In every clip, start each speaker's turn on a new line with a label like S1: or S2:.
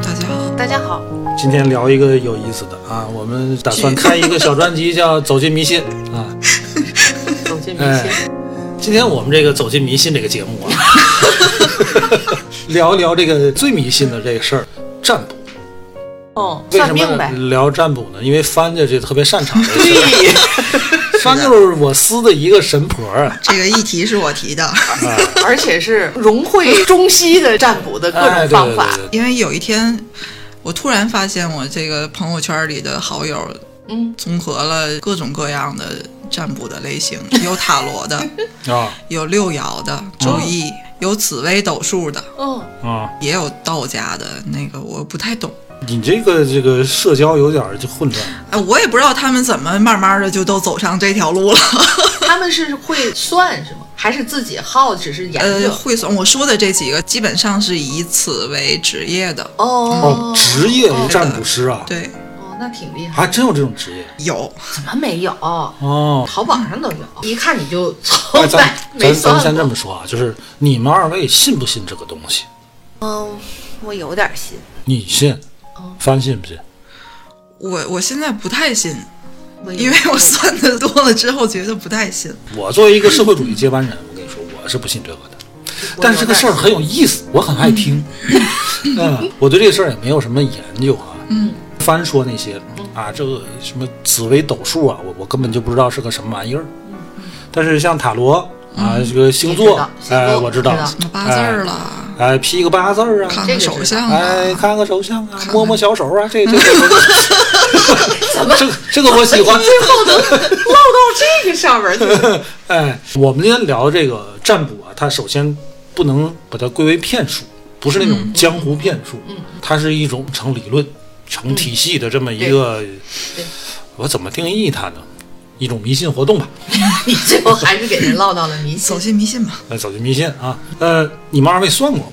S1: 大家好。
S2: 大家好，
S3: 今天聊一个有意思的啊，我们打算开一个小专辑，叫《走进迷信》啊。
S2: 走进迷
S3: 哎
S2: 信，
S3: 今天我们这个走进迷信这个节目啊， 聊一聊这个最迷信的这个事儿——占卜。
S2: 哦，
S3: 为
S2: 算
S3: 什
S2: 命
S3: 么
S2: 呗，
S3: 聊占卜呢？因为翻家这特别擅长这个事 儿。翻就是我司的一个神婆 啊，
S1: 这个议题是我提的，
S2: 而且是融汇中西的占卜的各
S3: 哎，
S2: 种
S3: 对
S2: 方
S3: 对
S2: 法。
S3: 对对，
S1: 因为有一天，我突然发现我这个朋友圈里的好友
S2: 嗯，
S1: 综合了各种各样的占卜的 类型，有塔罗的，
S3: 对啊
S1: 有六爻的，周易，有紫微斗数的，
S2: 哦，
S3: 啊，
S1: 也有道家的。那个我不太懂，
S3: 你这个这个社交有点儿就混乱，
S1: 哎，我也不知道他们怎么慢慢的就都走上这条路了。
S2: 他们是会算是吗？还是自己好，只是研
S1: 呃，
S2: 究？
S1: 会算我说的这几个基本上是以此为职业的，
S2: 哦
S3: 哦，，职业
S2: 哦
S3: 为占卜师啊，
S1: 对，
S2: 哦，那挺厉害，
S3: 还真有这种职业
S1: 有。
S2: 怎么没有？
S3: 哦。
S2: 淘宝上都有，一看你就
S3: 哎
S2: 从
S3: 咱
S2: 来
S3: 咱
S2: 没
S3: 咱
S2: 算
S3: 先这
S2: 过。
S3: 么说啊，就是你们二位信不信这个东西？
S2: 嗯，我有点信，
S3: 你信
S2: 嗯，
S3: 翻信不信？
S1: 我我现在不太信，
S2: 我有
S1: 因为我算的多了之后觉得不太信。
S2: 啊
S3: 我作为一个社会主义接班人，我跟你说，我是不信这个的。但是这个事儿很有意思，我很爱听。 嗯，我对这个事儿也没有什么研究啊。嗯，翻说那些啊，这个什么紫微斗数啊，我我根本就不知道是个什么玩意儿。但是像塔罗啊，这个星
S2: 嗯你知
S3: 座
S2: 道，
S3: 哎，
S2: 星座
S3: 我
S2: 知道嗯
S3: 道
S1: 什么八字儿了，
S3: 哎，哎，批个八字儿啊。
S1: 看
S2: 啊这
S1: 看
S2: 个
S1: 手相
S3: 哎，
S1: 啊，
S3: 看个手相啊，
S1: 看
S3: 摸摸小手啊，这这这， 这个这个我喜欢。
S2: 最后能落到这个上面去，
S3: 哎，我们今天聊这个占卜啊，它首先不能把它归为骗术，不是那种
S2: 嗯
S3: 江湖骗术，它是一种成理论、成体系的这么一个，
S2: 对
S3: 我怎么定义它呢？一种迷信活动吧，
S2: 你最后还是给人落到了迷
S1: 走
S2: 信。
S1: 进迷信吧。
S3: 呃，走进迷信啊。呃，你们二位算过吗？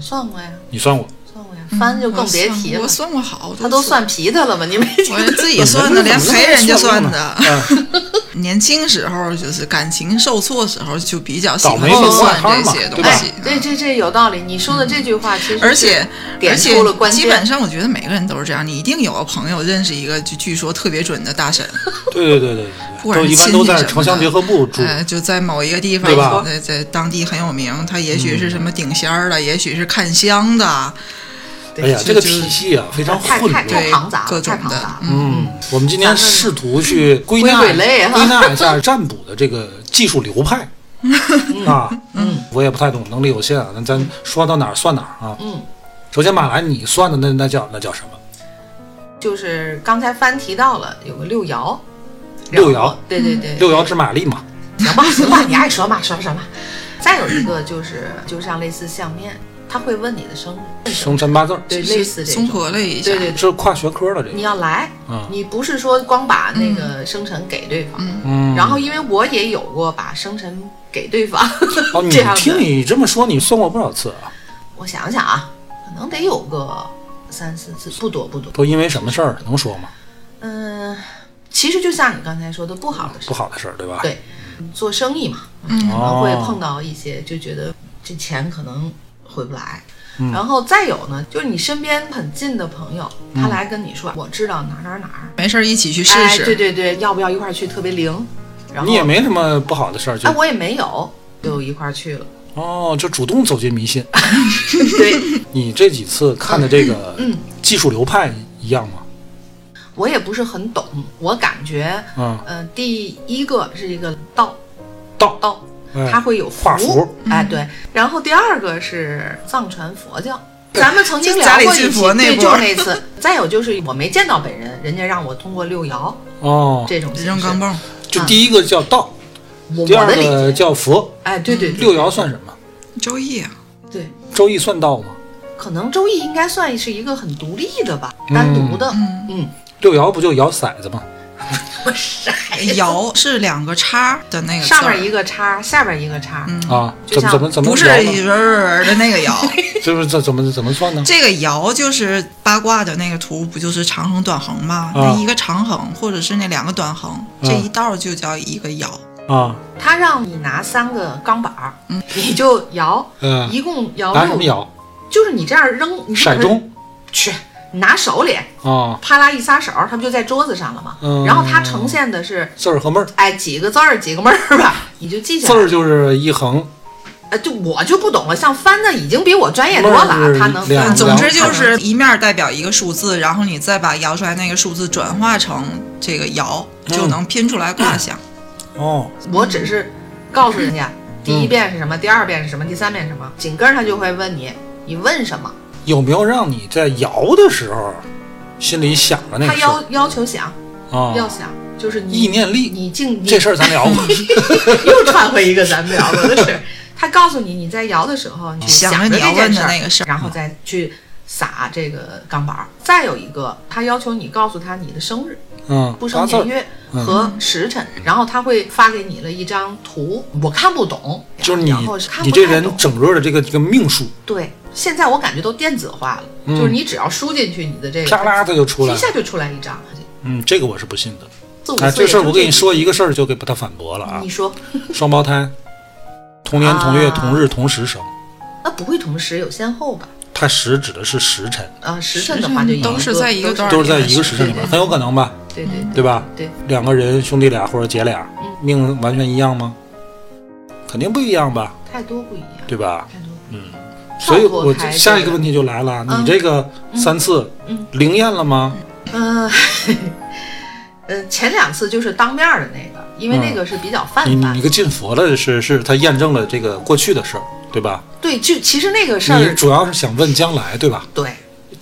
S2: 算过呀，
S3: 你算过？
S2: 算过呀，翻就更别提
S1: 我
S2: 了，
S1: 啊算过好多次，
S2: 他都算皮他了吗？你 没听
S1: 我连自己算的，连陪人家算的。
S3: 嗯，
S1: 年轻时候就是感情受挫时候，就比较喜
S3: 倒
S1: 欢
S3: 霉
S1: 去
S3: 不算
S1: 算
S3: 摊儿
S1: 这
S3: 嘛
S1: 些
S3: 对
S1: 东
S3: 吧
S1: 西
S2: 哎。，对，这这有道理。你说的这句话其实是
S1: 嗯而且而
S2: 点
S1: 且
S2: 出了关键
S1: 基本上我觉得每个人都是这样，你一定有个朋友认识一个，就据说特别准的大神，
S3: 对对对对
S1: 不
S3: 对，
S1: 管
S3: 都
S1: 是
S3: 一般
S1: 亲
S3: 都
S1: 戚
S3: 在
S1: 什么
S3: 城乡
S1: 的
S3: 结合部住。
S1: 呃，就在某一个地
S3: 对吧
S1: 方，在在当地很有名。他也许是什么顶仙儿的，也许是看香的，
S3: 哎呀，
S1: 就
S3: 这个
S1: 就
S3: 体系啊非常
S2: 太
S3: 混
S2: 太
S3: 乱。
S2: 太
S1: 对
S2: 庞杂了，
S1: 各种
S2: 太
S1: 的
S2: 庞杂了。
S3: 嗯，我们今天试图去归纳
S2: 归归类啊哈
S3: 归纳一下占卜的这个技术流 派。啊，嗯，我也不太懂，能力有限啊。那咱说到哪儿算哪儿啊。
S2: 嗯，
S3: 首先马来你算的那那叫那叫什么？
S2: 就是刚才翻提到了有个六爻，
S3: 六爻
S2: 然后对对对，
S3: 六爻之玛丽嘛。
S2: 行吧行吧，你爱说嘛说什么。再有一个就是，就像类似相面，他会问你的生日，
S3: 生辰八字儿，
S2: 对，类似这种
S1: 综。合了一下
S2: 对，对对，
S3: 这是跨学科了这
S2: 你
S3: 个。
S2: 要来，
S3: 嗯
S2: 你不是说光把那
S1: 嗯
S2: 个生辰给对方，
S3: 嗯，
S2: 然后因为我也有过把生辰给对方、
S3: 哦，你
S2: 这样
S3: 听
S2: 的，
S3: 你这么说，你算过不少次啊？
S2: 我想想啊，可能得有个三四次，不多不多。
S3: 都因为什么事儿？能说吗？
S2: 嗯，其实就像你刚才说的，不好的事
S3: 不，好的事儿，对吧？
S2: 对，做生意嘛，
S1: 嗯，
S2: 然后会
S3: 哦
S2: 碰到一些就觉得这钱可能回不来。
S3: 嗯
S2: 然后再有呢，就是你身边很近的朋友，他
S3: 嗯
S2: 来跟你说，我知道哪儿哪儿哪儿，
S1: 没事儿一起去试
S2: 哎，对
S1: 试。
S2: 对对，要不要一块儿去？特别灵，然后
S3: 你也没什么不好的事儿，就
S2: 哎，我也没有，就一块儿去了。
S3: 哦，就主动走进迷信。
S2: 对，
S3: 你这几次看的这个
S2: 嗯
S3: 技术流派一样吗？
S2: 我也不是很懂，我感觉，
S3: 嗯，
S2: 呃，第一个是一个道
S3: 道，
S2: 道，
S3: 哎
S2: 它会有
S3: 画符，
S2: 哎对，然后第二个是藏传佛教。咱们曾经
S1: 就
S2: 聊
S1: 家里
S2: 过一
S1: 信
S2: 期，
S1: 佛那
S2: 对，
S1: 波
S2: 就
S1: 儿
S2: 是那次。再有就是我没见到本人，人家让我通过六爻
S3: 哦，
S2: 这种形
S1: 扔
S2: 式
S1: 钢镚，
S3: 就第一个叫道，
S2: 我
S3: 第
S2: 啊我
S3: 二
S2: 的理
S3: 个
S2: 解，
S3: 叫佛，
S2: 哎，对对对
S3: 六爻算什么？
S1: 周易啊，
S2: 对，
S3: 周易算道吗？
S2: 可能周易应该算是一个很独立的吧，单独的，嗯
S3: 六爻不就摇骰子吗？
S2: 我傻呀
S1: 爻哎是两个叉的那个字儿
S2: 上面一个叉，下边一个叉，
S3: 啊，
S2: 嗯就
S3: 怎么怎么怎
S2: 像
S3: 么
S1: 不是
S3: 摇呢？
S1: 的那个爻，
S3: 就是这怎么怎么算呢？
S1: 这个爻就是八卦的那个图，不就是长横短横吗？
S3: 啊
S1: 那一个长横或者是那两个短横，这一道就叫一个爻。
S3: 啊，
S2: 他让你拿三个钢板儿，你就摇，
S3: 嗯，
S2: 一共摇
S3: 拿什么
S2: 六，
S3: 摇？
S2: 就是你这样扔，你
S3: 骰盅
S2: 去，你拿手里
S3: 啊，
S2: 啪啦一撒手，它不就在桌子上了吗？
S3: 嗯
S2: 然后它呈现的是，啊
S3: 字儿和闷儿，
S2: 哎，几个字儿几个闷儿吧，你就记下
S3: 字
S2: 来。
S3: 儿就是一横，
S2: 哎，就我就不懂了，像翻的已经比我专业多
S3: 闷儿
S2: 了
S3: 是
S2: 啊，他能
S3: 两
S2: 翻。
S1: 总之
S2: 他
S1: 就
S2: 能
S1: 是一面代表一个数字，然后你再把摇出来那个数字转化成这个爻，就能拼出来卦象。
S3: 哦，
S2: 我只是告诉人家
S3: 嗯
S2: 第一遍是什么，第二遍是什么，第三遍是什么，紧跟着他就会问你，你问什么？
S3: 有没有让你在摇的时候心里想着那
S2: 他
S3: 个事
S2: 要
S3: 儿
S2: 要求想，
S3: 啊？
S2: 要想，就是你
S3: 意念力
S2: 你静，
S3: 这事儿咱聊过，
S2: 儿 又串回一个咱们聊过的事儿。他告诉你，你在摇的时候，你
S1: 想着
S2: 着
S1: 你要
S2: 这
S1: 问
S2: 件
S1: 的
S2: 事儿，
S1: 那个事儿
S2: 然后再去撒这个钢板儿。再有一个，他要求你告诉他你的生日。
S3: 嗯，
S2: 不
S3: 八
S2: 生
S3: 字儿嗯
S2: 年月和时辰，然后他会发给你了一张图，我看不懂，
S3: 就是你
S2: 然后是看
S3: 你
S2: 不
S3: 这
S2: 太
S3: 人
S2: 懂。
S3: 整个的这个这个命数，
S2: 对，现在我感觉都电子化了，就是你只要输进去你的这个，
S3: 嗯啪啦它就出来
S2: 一
S3: 了。
S2: 下就出来一张。
S3: 嗯，这个我是不信的。
S2: 四五岁、
S3: 哎，这事儿我跟你，说一个事儿就给把他反驳了啊
S2: 你！说
S3: 双胞 胎，同年同月
S2: 啊
S3: 同日同时生，
S2: 那不会同时有先后吧？
S3: 它时指的是时辰，
S2: 啊，时辰的话就一个
S1: 都是在一个段儿
S3: 都是在一个时辰里
S2: 对
S3: 边，
S2: 对
S3: 很有可能吧？
S2: 对嗯对
S3: 对吧？
S2: 对，
S3: 两个人兄弟俩或者姐俩，
S2: 嗯
S3: 命完全一样吗？肯定不一样吧，
S2: 太多不一样，
S3: 对吧？
S2: 太多不一样。
S3: 所以
S2: 跳脱
S3: 我
S2: 开
S3: 下一
S2: 这
S3: 个
S2: 个
S3: 问题就来了，啊
S2: 嗯
S3: 你这个三次
S2: 嗯
S3: 灵验了吗？
S2: 嗯， 呃，前两次就是当面儿的那个，因为那个是比较泛
S3: 嗯你
S2: 泛
S3: 你。个进佛了是是他验证了这个过去的事儿，对吧？
S2: 对，就其实那个事
S3: 你
S2: 儿，
S3: 主要是想问将来，对吧？
S2: 对，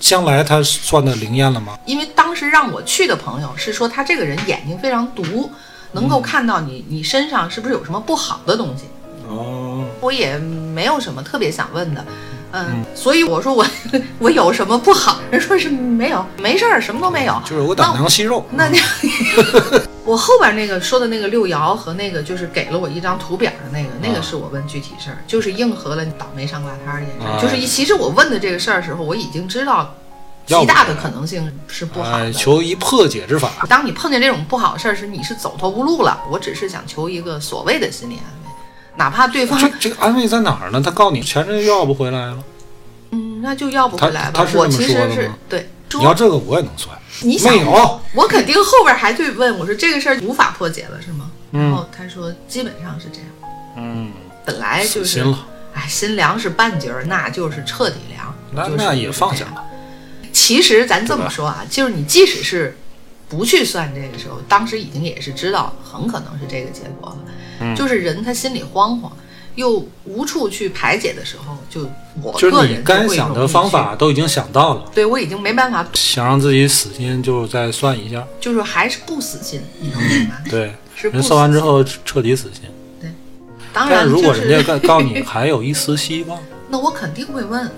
S3: 将来他算的灵验了吗？
S2: 因为当时让我去的朋友是说他这个人眼睛非常毒，能
S3: 嗯
S2: 够看到你你身上是不是有什么不好的东西。
S3: 哦，
S2: 我也没有什么特别想问的，嗯，所以我说 我我有什么不好？人说是没有，没事儿，什么都没有。
S3: 就是我胆囊息肉，
S2: 那 那我后边那个说的那个六爻和那个就是给了我一张图表的那个，那
S3: 啊
S2: 个是我问具体事儿，就是应和了倒霉上挂摊儿这件事
S3: 哎
S2: 儿。就是一其实我问的这个事儿的时候，我已经知道
S3: 要
S2: 极大
S3: 不
S2: 的
S3: 然
S2: 可能性是不好
S3: 哎，
S2: 的。
S3: 求一破解之法。
S2: 当你碰见这种不好的事儿时，你是走投无路了。我只是想求一个所谓的心理安慰，哪怕对方
S3: 这这个安慰在哪儿呢？他告你钱又要不回来了。
S2: 嗯，那就要不回来
S3: 他他
S2: 吧
S3: 是。这么
S2: 我其
S3: 说的
S2: 实是
S3: 吗
S2: 对
S3: 你要
S2: 说，
S3: 这个我也能算，
S2: 你想哦
S3: 没有，
S2: 我肯定后边还对问我说这个事儿无法破解了是吗？然
S3: 嗯
S2: 后他说基本上是这样，
S3: 嗯，
S2: 本来就
S3: 死
S2: 是
S3: 心了，
S2: 哎，心凉是半截儿，那就是彻底凉，
S3: 那
S2: 就是
S3: 那也放下
S2: 就是这
S3: 了
S2: 样。其实咱这
S3: 对
S2: 么
S3: 吧
S2: 说啊，就是你即使是不去算这个时候，当时已经也是知道很可能是这个结果了。
S3: 嗯
S2: 就是人他心里慌慌，又无处去排解的时候，就我
S3: 就是
S2: 个
S3: 你
S2: 人就
S3: 该
S2: 会
S3: 想
S2: 容
S3: 的
S2: 易
S3: 方
S2: 去，
S3: 法都已经想到了，
S2: 对我已经没办法，
S3: 想让自己死心，就再算一下。
S2: 就是还是不死心，你能明白？
S3: 对，
S2: 是不
S3: 人
S2: 死
S3: 嗯算完之后彻底死心。
S2: 心，当
S3: 但
S2: 然
S3: 是如
S2: 就
S3: 果人家
S2: 是
S3: 告告你还有一丝希 望，
S2: 那我肯定会问。
S3: 嗯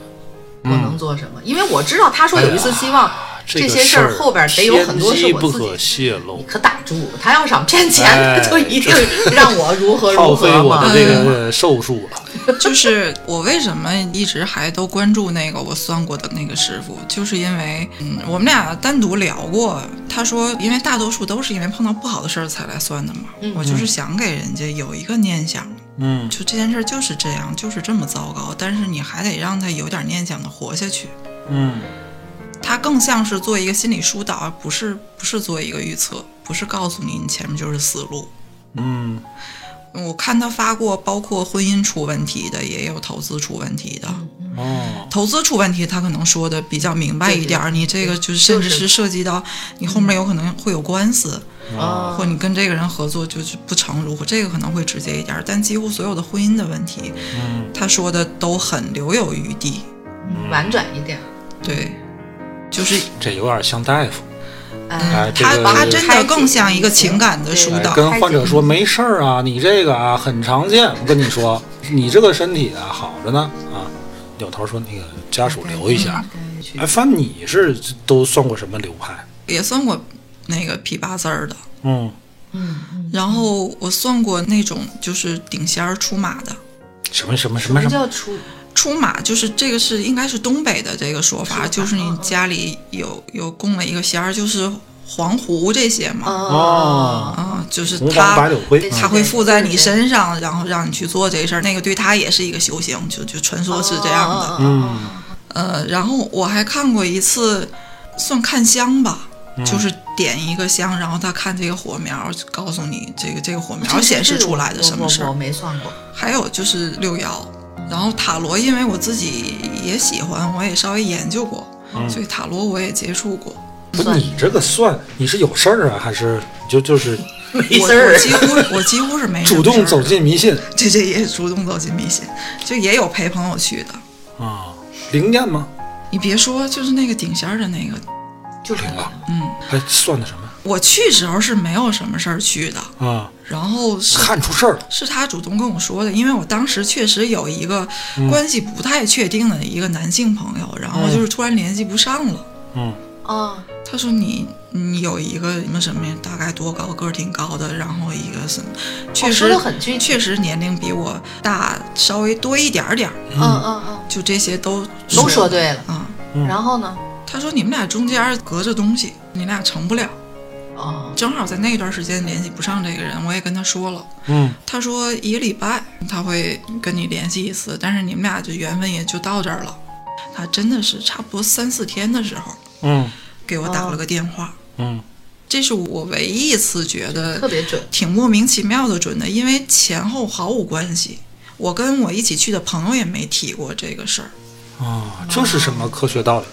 S2: 我能做什么？因为我知道他说有一丝希望，
S3: 哎个
S2: 这些事
S3: 儿
S2: 儿后边得有很多是
S3: 天机
S2: 我
S3: 不
S2: 自己
S3: 可泄
S2: 你
S3: 露，
S2: 可打住！他要想骗钱，
S3: 哎
S2: 他就一定让我如何
S3: 耗
S2: 如
S3: 费
S2: 何
S3: 我
S2: 嘛
S3: 的。这个呃寿数了。
S1: 就是我为什么一直还都关注那个我算过的那个师傅，就是因为嗯，我们俩单独聊过，他说因为大多数都是因为碰到不好的事儿才来算的嘛，
S2: 嗯
S1: 我就是想给人家有一个念想，
S3: 嗯，
S1: 就这件事儿就是这样，就是这么糟糕，但是你还得让他有点念想的活下去。
S3: 嗯，
S1: 它更像是做一个心理疏导，而不是不是做一个预测，不是告诉你你前面就是死路。
S3: 嗯，
S1: 我看他发过，包括婚姻出问题的，也有投资出问题的。
S3: 哦，
S1: 投资出问题，他可能说的比较明白一点儿，你这个就是甚至
S2: 就是
S1: 是涉及到你后面有可能会有官司，
S2: 啊
S1: 或你跟这个人合作就是不成，如何，这个可能会直接一点儿。但几乎所有的婚姻的问题，
S3: 嗯，
S1: 他说的都很留有余地。嗯
S2: 婉转一点，
S1: 对，就是
S3: 这有点像大夫，
S2: 哎，
S3: 哎，这
S1: 他他
S3: 个。
S1: 真的更像一个情感的疏
S2: 对
S3: 哎
S1: 导。
S3: 跟患者说没事儿啊，你这个啊很常见。我跟你说，你这个身体啊好着呢啊，鸟头说那个家属聊一下。
S2: 该去
S3: 哎，翻你是都算过什么流派？
S1: 也算过那个批八字儿的，
S3: 嗯，
S1: 然后我算过那种就是顶仙儿出马的，
S3: 什么什么什
S2: 什
S3: 么
S2: 么
S3: 什么？
S2: 叫出？
S1: 出马就是这个是应该是东北的这个说法，就是你
S2: 嗯
S1: 家里有有供了一个仙儿，就是黄狐这些嘛，
S3: 哦
S1: 啊，就是
S3: 红黄白
S1: 他
S3: 柳灰，
S2: 哦对
S3: 嗯
S1: 他会附在你身上，然后让你去做这事儿，那个对他也是一个修行，就就传说是这样
S2: 哦
S1: 的。
S3: 嗯
S1: 呃，然后我还看过一次，算看香吧。
S3: 嗯
S1: 就是点一个香，然后他看这个火苗，就告诉你这个这个火苗显示出来的什么事
S2: 我
S1: 儿
S2: 我。没算过。
S1: 还有就是六爻，然后塔罗，因为我自己也喜欢，我也稍微研究过，
S3: 嗯
S1: 所以塔罗我也接触过。
S3: 不是，你这个算你是有事儿啊，还是你就就是
S1: 我我几乎我几乎是没什
S3: 主
S1: 么事
S3: 动
S1: 儿
S3: 走
S1: 的，
S3: 进迷信
S1: 这这也主动走进迷信，就也有陪朋友去的。
S3: 啊？灵验吗？
S1: 你别说，就是那个顶仙儿的那个，
S2: 就是
S3: 灵啊，
S1: 嗯，
S3: 还算的什么
S1: 我去时候是没有什么事儿去的，
S3: 啊？
S1: 然后是
S3: 看出事儿了，
S1: 是他主动跟我说的，因为我当时确实有一个关系不太确定的一个男性朋友，然后就是突然联系不上了。
S3: 嗯
S2: 啊，
S1: 他说你你有一个什么什么呀，大概多高，个儿挺高的，然后一个什么，确实、
S2: 哦说得很具体
S1: 确实年龄比我大稍微多一点儿点儿，
S2: 嗯嗯嗯，
S1: 就这些都
S2: 都说对了。
S1: 啊、
S3: 嗯
S2: 然后呢？
S1: 他说你们俩中间隔着东西，你俩成不了。
S2: 哦，
S1: 正好在那段时间联系不上这个人，我也跟他说了。
S3: 嗯
S1: 他说一个礼拜他会跟你联系一次，但是你们俩就缘分也就到这儿了。他真的是差不多三四天的时候
S3: 嗯
S1: 给
S2: 哦
S1: 我打了个电话，
S3: 嗯
S1: 这是我唯一一次觉得
S2: 特别准。
S1: 挺莫名其妙的准的，因为前后毫无关系。我跟我一起去的朋友也没提过这个事儿，
S3: 啊，这是什么科学道理？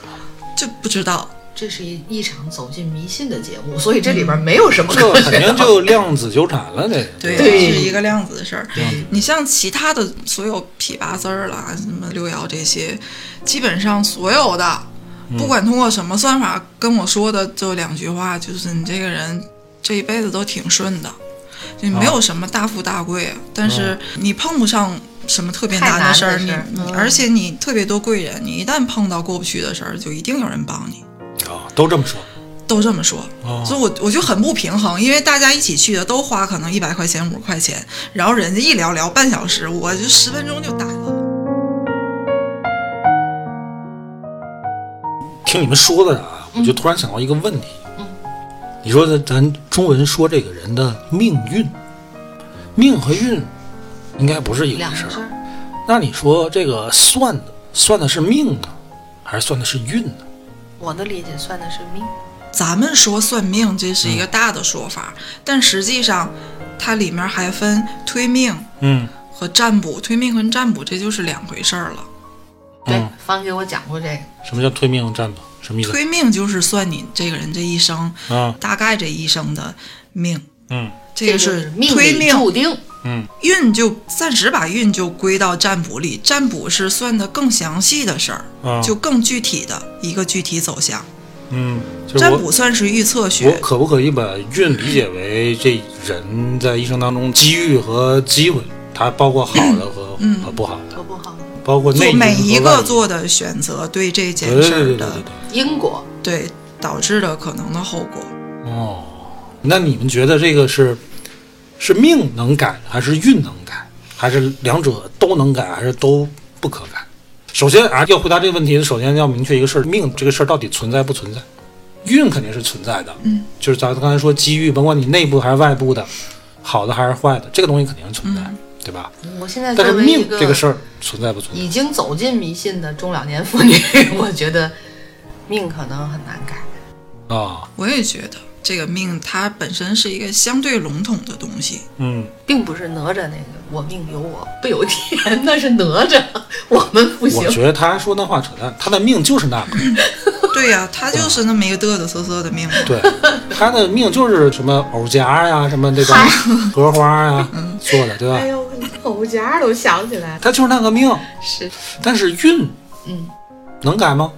S1: 就不知道。
S2: 这是一一场走进迷信的节目，所以这里边没有什么
S3: 这
S2: 科学
S3: 肯定嗯就量子纠缠了， 这个
S1: 对，
S2: 对
S1: 是一个量子的事儿。
S2: 对
S1: 你像其他的所有匹八字儿啦，什么六爻这些，基本上所有的，不管通过什么算法跟我说的，就两句话，就是你这个人这一辈子都挺顺的，就没有什么大富大贵，但是你碰不上什么特别难事儿，
S2: 太难
S1: 你
S2: 的事儿
S1: 你
S2: 嗯
S1: 而且你特别多贵人，你一旦碰到过不去的事儿，就一定有人帮你。
S3: 啊，都这么说。
S1: 都这么说，
S3: 哦
S1: 所以我我就很不平衡，因为大家一起去的都花可能一百块钱、五十块钱，然后人家一聊聊半小时，我就十分钟就打发了。
S3: 听你们说的啊，我就突然想到一个问题。你说咱咱中国人说这个人的命运，命和运应该不是一回
S2: 两
S3: 事
S2: 个事
S3: 儿。
S2: 儿。
S3: 那你说这个算的算的是命呢，还是算的是运呢？
S2: 我的理解算的是命，
S1: 咱们说算命这是一个大的说法，但实际上它里面还分推命
S3: 嗯
S1: 和占卜，推命和占卜这就是两回事儿了。
S2: 对
S3: 嗯，
S2: 方给我讲过这个，
S3: 什么叫推命占卜？什么意思
S1: 推命就是算你这个人这一生
S3: 啊？
S1: 大概这一生的命，
S3: 嗯
S1: 这个
S2: 就是是命
S1: 推
S2: 里
S1: 命
S2: 注定。
S3: 嗯
S1: 运就暂时把运就归到占卜里，占卜是算的更详细的事儿，
S3: 啊，
S1: 就更具体的一个具体走向。
S3: 嗯，就是
S1: 占
S3: 我
S1: 卜算是预测
S3: 我
S1: 学，
S3: 可不可以把运理解为这人在一生当中机遇和机会，它包括好的和、和不好的，
S2: 可不好，
S3: 包括内
S1: 嗯做
S3: 因
S1: 每一
S3: 和
S1: 个
S3: 外因
S1: 做的选择对这件
S3: 对
S1: 事
S3: 对对
S1: 儿
S3: 对
S1: 的
S3: 对
S2: 因果
S1: 对导致的可能的后果，
S3: 对。哦，那你们觉得这个是是命能改，还是运能改，还是两者都能改，还是都不可改？首先啊，要回答这个问题，首先要明确一个事儿：命这个事儿到底存在不存在？运肯定是存在的，嗯，就是咱刚才说机遇，甭管你内部还是外部的，好的还是坏的，这个东西肯定是存在，对吧？
S2: 我现在
S3: 但是
S2: 嗯作为一
S3: 命这个事儿存在不存在？
S2: 已经走进迷信的中老年妇女， 我觉得命可能很难改。
S3: 啊，
S1: 我也觉得这个命它本身是一个相对笼统的东西，
S3: 嗯，
S2: 并不是哪吒那个“我命由我不由天”，那是哪吒，我们不
S3: 我
S2: 行。
S3: 觉得他说那话扯淡，他的命就是那个，
S1: 对呀、它就是那么一个嘚嘚瑟瑟的命嘛。
S3: 对，他的命就是什么藕夹呀，什么这个 荷花呀做的，对吧
S2: 哎？呦，口夹都想起来了。
S3: 他就是那个命，
S2: 是，
S3: 但是运
S2: 嗯，
S3: 能改吗？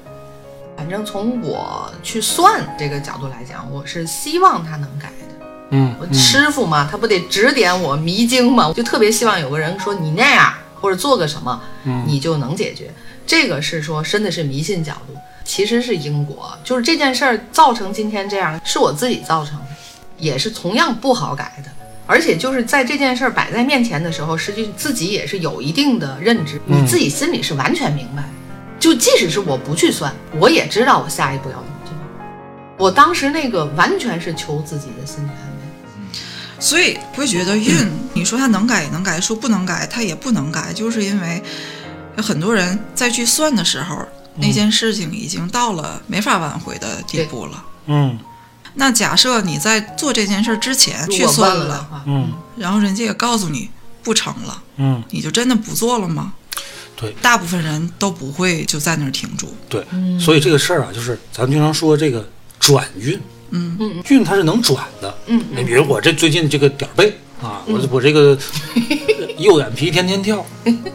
S2: 反正从我去算这个角度来讲，我是希望他能改的。
S3: 嗯
S2: 我
S3: 嗯
S2: 师傅嘛，他不得指点我迷津嘛，我就特别希望有个人说你那样，或者做个什么，
S3: 嗯
S2: 你就能解决。这个是说真的是迷信角度，其实是因果，就是这件事儿造成今天这样，是我自己造成的，也是同样不好改的。而且就是在这件事儿摆在面前的时候，实际自己也是有一定的认知，
S3: 嗯
S2: 你自己心里是完全明白。就即使是我不去算，我也知道我下一步要怎么做。我当时那个完全是求自己的心理安慰，
S1: 所以会觉得运，你说它能改也能改，说不能改它也不能改，就是因为有很多人在去算的时候，那件事情已经到了没法挽回的地步了。
S3: 嗯
S1: 那假设你在做这件事之前去
S2: 如果
S1: 算
S2: 问
S1: 了，
S2: 的话，
S3: 嗯
S1: 然后人家也告诉你不成了，
S3: 嗯，
S1: 你就真的不做了吗？
S3: 对
S1: 大部分人都不会就在那儿停住。
S3: 对，
S2: 嗯
S3: 所以这个事儿啊，就是咱们经常说这个转运，
S1: 嗯
S3: 嗯，运它是能转的，
S2: 嗯
S3: 你比如我这最近这个点儿背啊，我我这 个右眼皮天天跳，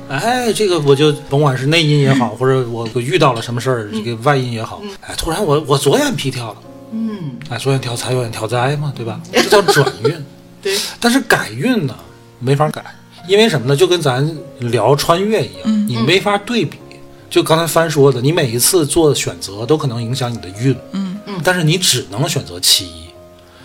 S3: 哎，这个我就甭管是内因也好，或者我遇到了什么事儿，这个外因也好，哎，突然我我左眼皮跳了，
S2: 嗯，
S3: 哎，左眼跳财，右眼跳灾嘛，对吧？这叫转运。
S2: 对，
S3: 但是改运呢，没法改，因为什么呢？就跟咱聊穿越一样，你没法对比。就刚才帆说的，你每一次做的选择都可能影响你的运，
S1: 嗯
S3: 嗯，但是你只能选择其一，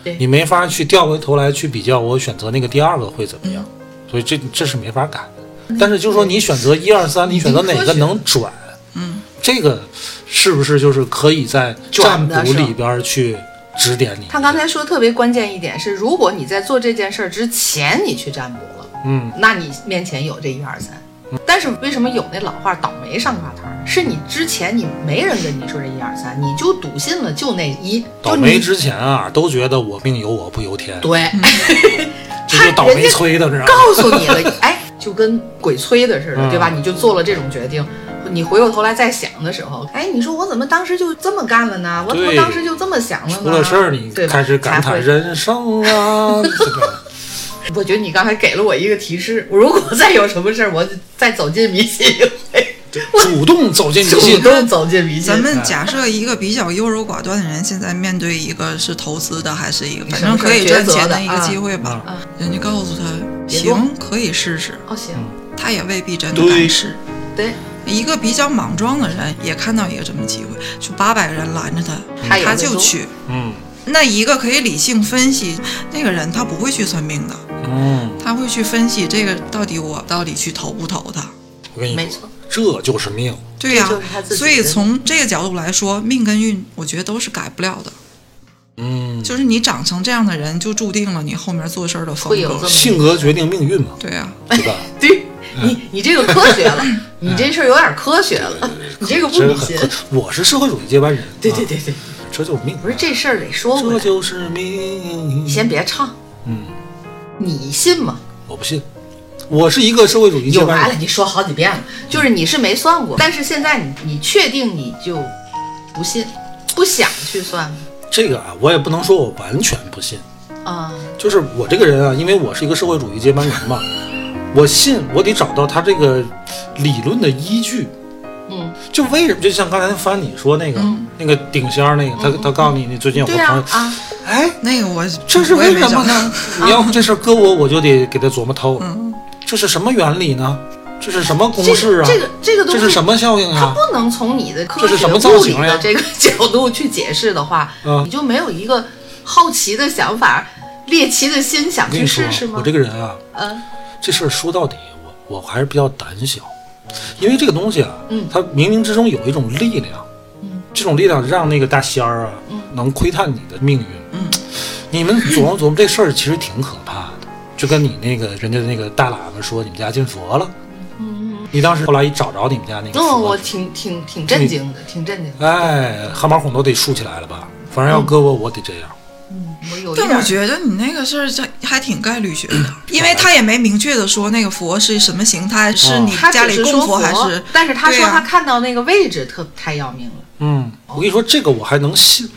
S2: 对
S3: 你没法去调回头来去比较，我选择那个第二个会怎么样？所以这这是没法改的。但是就是说，你选择一二三，你选择哪个能转？
S1: 嗯，
S3: 这个是不是就是可以在占
S2: 转的
S3: 卜
S2: 是吧
S3: 里边儿去指点你？
S2: 他刚才说特别关键一点是，如果你在做这件事儿之前你去占卜了，
S3: 嗯，
S2: 那你面前有这一二三。但是为什么有那老话“倒霉上挂摊儿”？是你之前你没人跟你说这一二三，你就笃信了就那一，
S3: 倒
S2: 就
S3: 霉嗯
S2: 你
S3: 之前啊，都觉得我命由我不由天，
S2: 对，
S3: 这就倒霉催的，知道吗？
S2: 告诉你了，哎，就跟鬼催的似
S3: 嗯
S2: 的，对吧？你就做了这种决定。你回过头来再想的时候，哎，你说我怎么当时就这么干了呢？我怎么
S3: 对
S2: 当时就这么想了呢？
S3: 出了事儿，你
S2: 对吧
S3: 开始感
S2: 才
S3: 叹
S2: 会
S3: 人生啊，这个
S2: 我觉得你刚才给了我一个提示，我如果再有什么事儿，我再走进迷信，
S3: 哎主动走进迷
S2: 主
S3: 信，
S2: 动走进迷信。
S1: 咱们假设一个比较优柔寡断的人，现在面对一个是投资的，还是一个反正可以赚钱一个机会吧，嗯
S3: 啊
S1: 人家告诉他
S2: 嗯别动
S1: 行，可以试试，
S2: 哦行，
S1: 他也未必真的
S3: 对
S1: 敢试。
S3: 嗯
S2: 对，
S1: 一个比较莽撞的人也看到一个这么机会，就八百个人拦着
S2: 他
S1: 他，
S2: 也
S1: 他
S2: 会
S1: 就
S2: 做
S1: 去。
S3: 嗯
S1: 那一个可以理性分析，那个人他不会去算命的，
S3: 嗯，
S1: 他会去分析这个到底我到底去投不投他。
S3: 我跟你
S2: 没
S3: 说
S2: 错，
S3: 这就是命，
S1: 对呀、
S2: 这就是他自己的
S1: 所以从这个角度来说，命跟运，我觉得都是改不了的。
S3: 嗯，
S1: 就是你长成这样的人，就注定了你后面做事儿的风
S2: 会有这
S1: 格
S2: 么。
S3: 性格决定命运嘛，
S1: 对啊呀、
S2: 哎
S3: 对吧？
S2: 对
S3: 嗯
S2: 你你这个科学了，你这事儿有点科学了，你这个不
S3: 嗯真
S2: 迷
S3: 很
S2: 信。，
S3: 我是社会主义接班人，
S2: 对对
S3: 啊，
S2: 对对，
S3: 这就是命，
S2: 不是这事儿得说回
S3: 这
S2: 来，
S3: 就是命，
S2: 你先别唱，
S3: 嗯，
S2: 你信吗？
S3: 我不信，我是一个社会主义接
S2: 有来
S3: 班
S2: 了，
S3: 人，
S2: 你说好几遍了，就是你是没算过，但是现在你你确定你就不信，不想去算吗？
S3: 这个啊，我也不能说我完全不信。
S2: 啊、
S3: 就是我这个人啊，因为我是一个社会主义接班人嘛，我信我得找到他这个理论的依据。
S2: 嗯，
S3: 就为什么？就像刚才翻你说那个、那个顶箱那个，他他告诉你，你最近有个
S2: 嗯对
S3: 朋
S2: 呀
S3: 友，
S2: 啊，
S3: 哎，
S1: 那个我
S3: 这是
S1: 我也
S3: 为
S1: 没
S3: 什么
S1: 想到。
S3: 呢？你要这事儿搁我，我就得给他琢磨透，
S1: 嗯，
S3: 这是什么原理呢？这是什么公
S2: 这
S3: 式
S2: 个
S3: 啊？
S2: 这个这个东
S3: 这
S2: 西
S3: 是什么效应
S2: 它
S3: 啊？
S2: 不能从你的科
S3: 这是
S2: 学
S3: 什么造
S2: 物理
S3: 型呀
S2: 的这个 角度去解释的话，
S3: 嗯
S2: 你就没有一个好奇的想法、猎奇的心想
S3: 我跟
S2: 去
S3: 你说
S2: 试试，吗
S3: 我？这个人啊，
S2: 嗯
S3: 这事儿说到底，我我还是比较胆小，因为这个东西啊，
S2: 嗯
S3: 它冥冥之中有一种力量，
S2: 嗯，
S3: 这种力量让那个大仙儿啊，
S2: 嗯
S3: 能窥探你的命运，
S1: 嗯，
S3: 你们琢磨琢磨，这事儿其实挺可怕的，就跟你那个人家那个大喇叭说你们家进佛了，
S2: 嗯，
S3: 你当时后来一找着你们家那个
S2: 嗯，
S3: 佛
S2: 我
S3: 了，
S2: 挺挺挺震惊的，挺震惊的。
S3: 哎，汗毛孔都得竖起来了吧？反正要搁我，我得这样，
S2: 嗯，我有一
S1: 但我
S2: 点，
S1: 觉得你那个事儿这还挺概率学
S2: 嗯
S1: 的，因为他也没明确的说那个佛是什么形态，
S3: 哦
S1: 是你
S2: 他
S1: 家
S2: 只
S1: 里
S2: 是
S1: 供
S2: 说
S1: 佛还
S2: 佛
S1: 是？
S2: 但是他
S1: 对啊
S2: 说
S1: 呀
S2: 他看到那个位置特太要命了
S3: 嗯，
S2: 哦
S3: 我跟你说这个我还能信，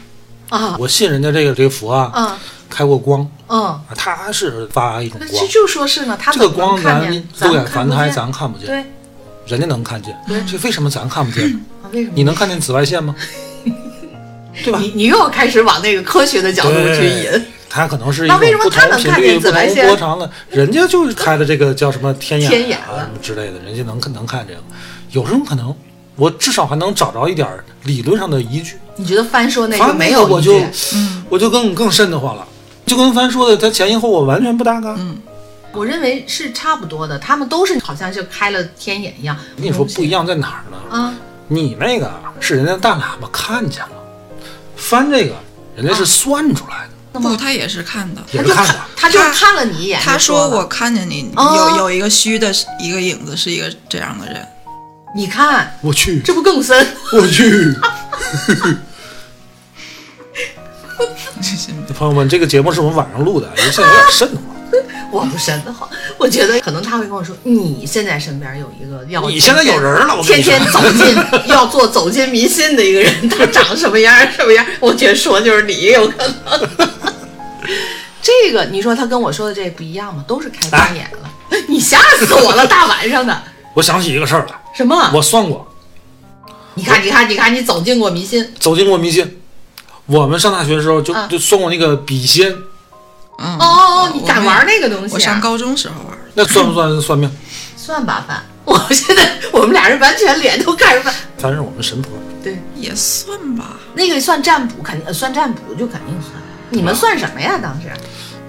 S2: 啊，
S3: 我信人家这个这个佛啊，
S2: 嗯
S3: 开过光，
S2: 嗯。
S3: 啊它是发一种
S2: 那
S3: 光
S2: 就。就说是呢，他
S3: 这个
S2: 怎么能
S3: 光
S2: 看
S3: 咱
S2: 见？
S3: 肉眼
S2: 们
S3: 凡
S2: 看不
S3: 胎
S2: 见。
S3: 咱看不见，
S2: 对，
S3: 人家能看见，
S2: 对
S3: 这为什么咱看不见呢？
S2: 啊为什么？
S3: 你能看见紫外线 吗？对吧？
S2: 你你又开始往那个科学的角度去
S3: 对
S2: 引，，
S3: 它可能是一
S2: 那
S3: 种
S2: 为什么
S3: 不
S2: 它
S3: 同
S2: 能
S3: 频
S2: 看
S3: 率、
S2: 见
S3: 不
S2: 紫外
S3: 同
S2: 线
S3: 波长的，人家就是开的这个叫什么天眼
S2: 天眼
S3: 啊
S2: 了
S3: 什么之类的，人家能看能看这个，有这种可能？我至少还能找着一点儿理论上的依据。
S2: 你觉得翻说那
S3: 反
S2: 个
S3: 正
S2: 没
S3: 那个
S2: 有
S3: 我
S2: 依
S3: 就
S2: 据，
S3: 我就更更瘆得慌了，就跟帆说的，他前因后果完全不搭嘎。
S2: 嗯我认为是差不多的，他们都是好像就开了天眼一样。
S3: 我跟你说不一样在哪儿呢？
S2: 啊，
S3: 你那个是人家大喇叭看见了，翻这个人家是算出来的，
S2: 那
S1: 不，
S2: 么
S1: 他也是看的。
S3: 也
S2: 他
S3: 是
S2: 就
S3: 看
S2: 看
S3: 的。
S2: 他就
S1: 他
S2: 看了你一眼，
S1: 他
S2: 就
S1: 说
S2: 说
S1: 我
S2: 了，
S1: 看见你
S2: 哦
S1: 有有一个虚的一个影子，是一个这样的人。
S2: 你看
S3: 我去，
S2: 这不更深？
S3: 我去，
S1: 这是
S3: 朋友们，这个节目是我们晚上录的，人现在有点瘆得慌。
S2: 我不深的慌，我觉得可能他会跟我说，你现在身边有一个要
S3: 你现在有人了，我跟
S2: 天
S3: 你说
S2: 天，走进要做走进迷信的一个人，他长什么样儿什么样儿，我觉得说就是你有可能。 这个你说他跟我说的这不一样吗？都是开
S3: 哎
S2: 天眼了， 你吓死我了！大晚上的
S3: 我想起一个事儿来，
S2: 什么？
S3: 我算过，
S2: 你看，你看，你看，你走进过迷信，
S3: 走进过迷信。我们上大学的时候就
S2: 啊
S3: 就算过那个笔仙，
S1: 嗯
S2: 哦你
S1: 我
S2: 敢
S1: 那
S2: 玩那个东西啊
S1: 我上高中时候玩，
S3: 那算不算算命？
S2: 算吧，范。 我现在我们俩人完全脸都看着范，
S3: 反正我们神婆，
S2: 对，
S1: 也算吧。
S2: 那个算占卜，肯定呃算占卜就肯定算。
S3: 嗯
S2: 你们算什么呀？当时？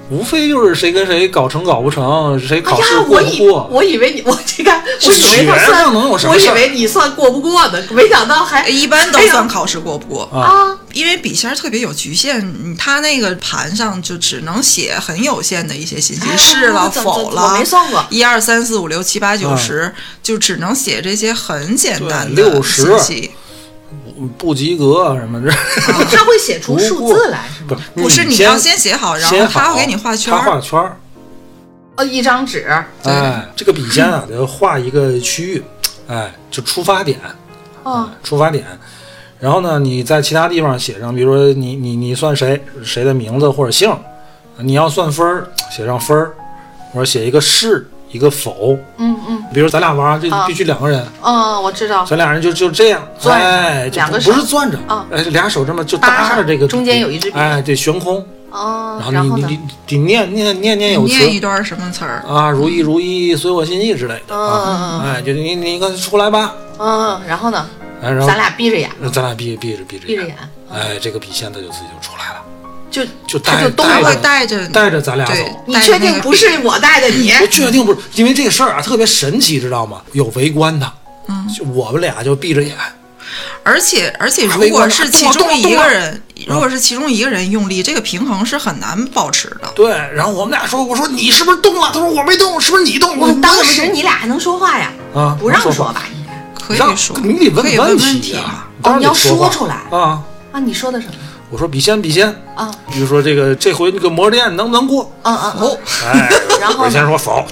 S3: 无非就是谁跟谁搞成搞不成，谁
S2: 哎
S3: 考试
S2: 呀，
S3: 过
S2: 我
S3: 不
S2: 以
S3: 过。
S2: 我以为你我这个，我
S3: 是
S2: 以为他
S3: 学
S2: 算
S3: 生能有什么
S2: 我以
S3: 事儿
S2: 为你算过不过呢，没想到还
S1: 哎一般都
S2: 哎呀
S1: 算考试过不过，
S3: 啊
S2: 啊。
S1: 因为笔仙儿特别有局限，嗯它那个盘上就只能写很有限的一些信息，
S2: 哎
S1: 是了
S2: 我怎么
S1: 否
S2: 怎么我
S1: 了
S2: 没，算过。
S1: 一二三四五六七八九十，就只能写这些很简单
S3: 嗯对
S1: 的
S3: 60
S1: 信息。
S3: 不及格啊什么这，
S2: 他会写出数字来是
S3: 不
S2: 吗？
S3: 是
S1: 不是你要先写好，然后
S3: 嗯先
S1: 他
S3: 好
S1: 会给你画圈
S3: 他
S1: 儿。
S3: 画圈儿，
S2: 呃，一张纸，
S1: 对
S3: 哎，这个笔尖啊，得画一个区域，哎，就出发点，啊
S2: 嗯，
S3: 出发点。然后呢，你在其他地方写上，比如说你你你算谁谁的名字或者姓儿，你要算分儿，写上分儿，或者写一个是一个否。
S2: 嗯嗯
S3: 比如咱俩玩儿，这
S2: 啊
S3: 必须两个人，
S2: 嗯，我知道。
S3: 咱俩人就就这样，
S2: 攥着
S3: 哎，就
S2: 两个
S3: 不不是
S2: 手
S3: 攥着
S2: 啊，
S3: 哎，俩手这么就
S2: 搭
S3: 搭着
S2: 上
S3: 这个笔，
S2: 中间有一支笔
S3: 哎，对，悬空。
S2: 哦，
S3: 然
S2: 然
S3: 后
S2: 后
S3: 你
S2: 呢
S3: 你？你你念念念念有词
S1: 念一段什么词儿？
S3: 啊，如意如意，随我心意之类的啊
S2: 嗯嗯，
S3: 哎，就你你快出来吧，
S2: 嗯，然后呢？
S3: 哎然后
S2: 咱俩闭着眼，
S3: 咱俩闭闭着闭着
S2: 闭着眼，嗯
S3: 哎，这个笔仙它就自己就出来了，
S2: 就
S3: 就
S2: 它
S3: 带
S2: 就动
S3: 带
S1: 他会
S3: 着
S1: 带
S2: 嗯
S1: 着
S3: 带着咱俩
S1: 对
S3: 走。
S2: 你
S1: 带着
S2: 确
S1: 那
S2: 定
S1: 个
S2: 不是我带的你？
S3: 我确定不是，因为这个事儿啊特别神奇，知道吗？有围观的，
S2: 嗯
S3: 就我们俩就闭着眼，
S1: 而且而且，
S3: 啊
S1: 如
S3: 围观
S1: 果
S3: 啊
S1: 是
S3: 动
S1: 其
S3: 啊动
S1: 中
S3: 啊
S1: 一
S3: 动啊
S1: 个人，如果是其中一个人用力，这个平衡是很难保持的。
S3: 对。然后我们俩说，我说你是不是动了？他说我没动，是不是你动？我
S2: 我
S3: 说
S2: 当
S3: 也没
S2: 时
S3: 动
S2: 你俩还能说话呀？
S3: 啊
S2: 不让
S3: 能说
S2: 说
S3: 话
S2: 吧？应该
S1: 可以
S3: 让
S1: 说，
S3: 你得
S1: 可以
S3: 问
S1: 问
S3: 题
S1: 嘛
S3: 啊，
S2: 哦
S3: 当然
S2: 你
S3: 得
S2: 要
S3: 话
S2: 说出来
S3: 啊。
S2: 啊？你说的什么？
S3: 我说笔仙笔仙，
S2: 啊
S3: 比如说这个这回这个摩店能不能过？
S2: 嗯嗯嗯，
S1: 哦，
S3: 哎，
S2: 然后呢
S3: 我先说否，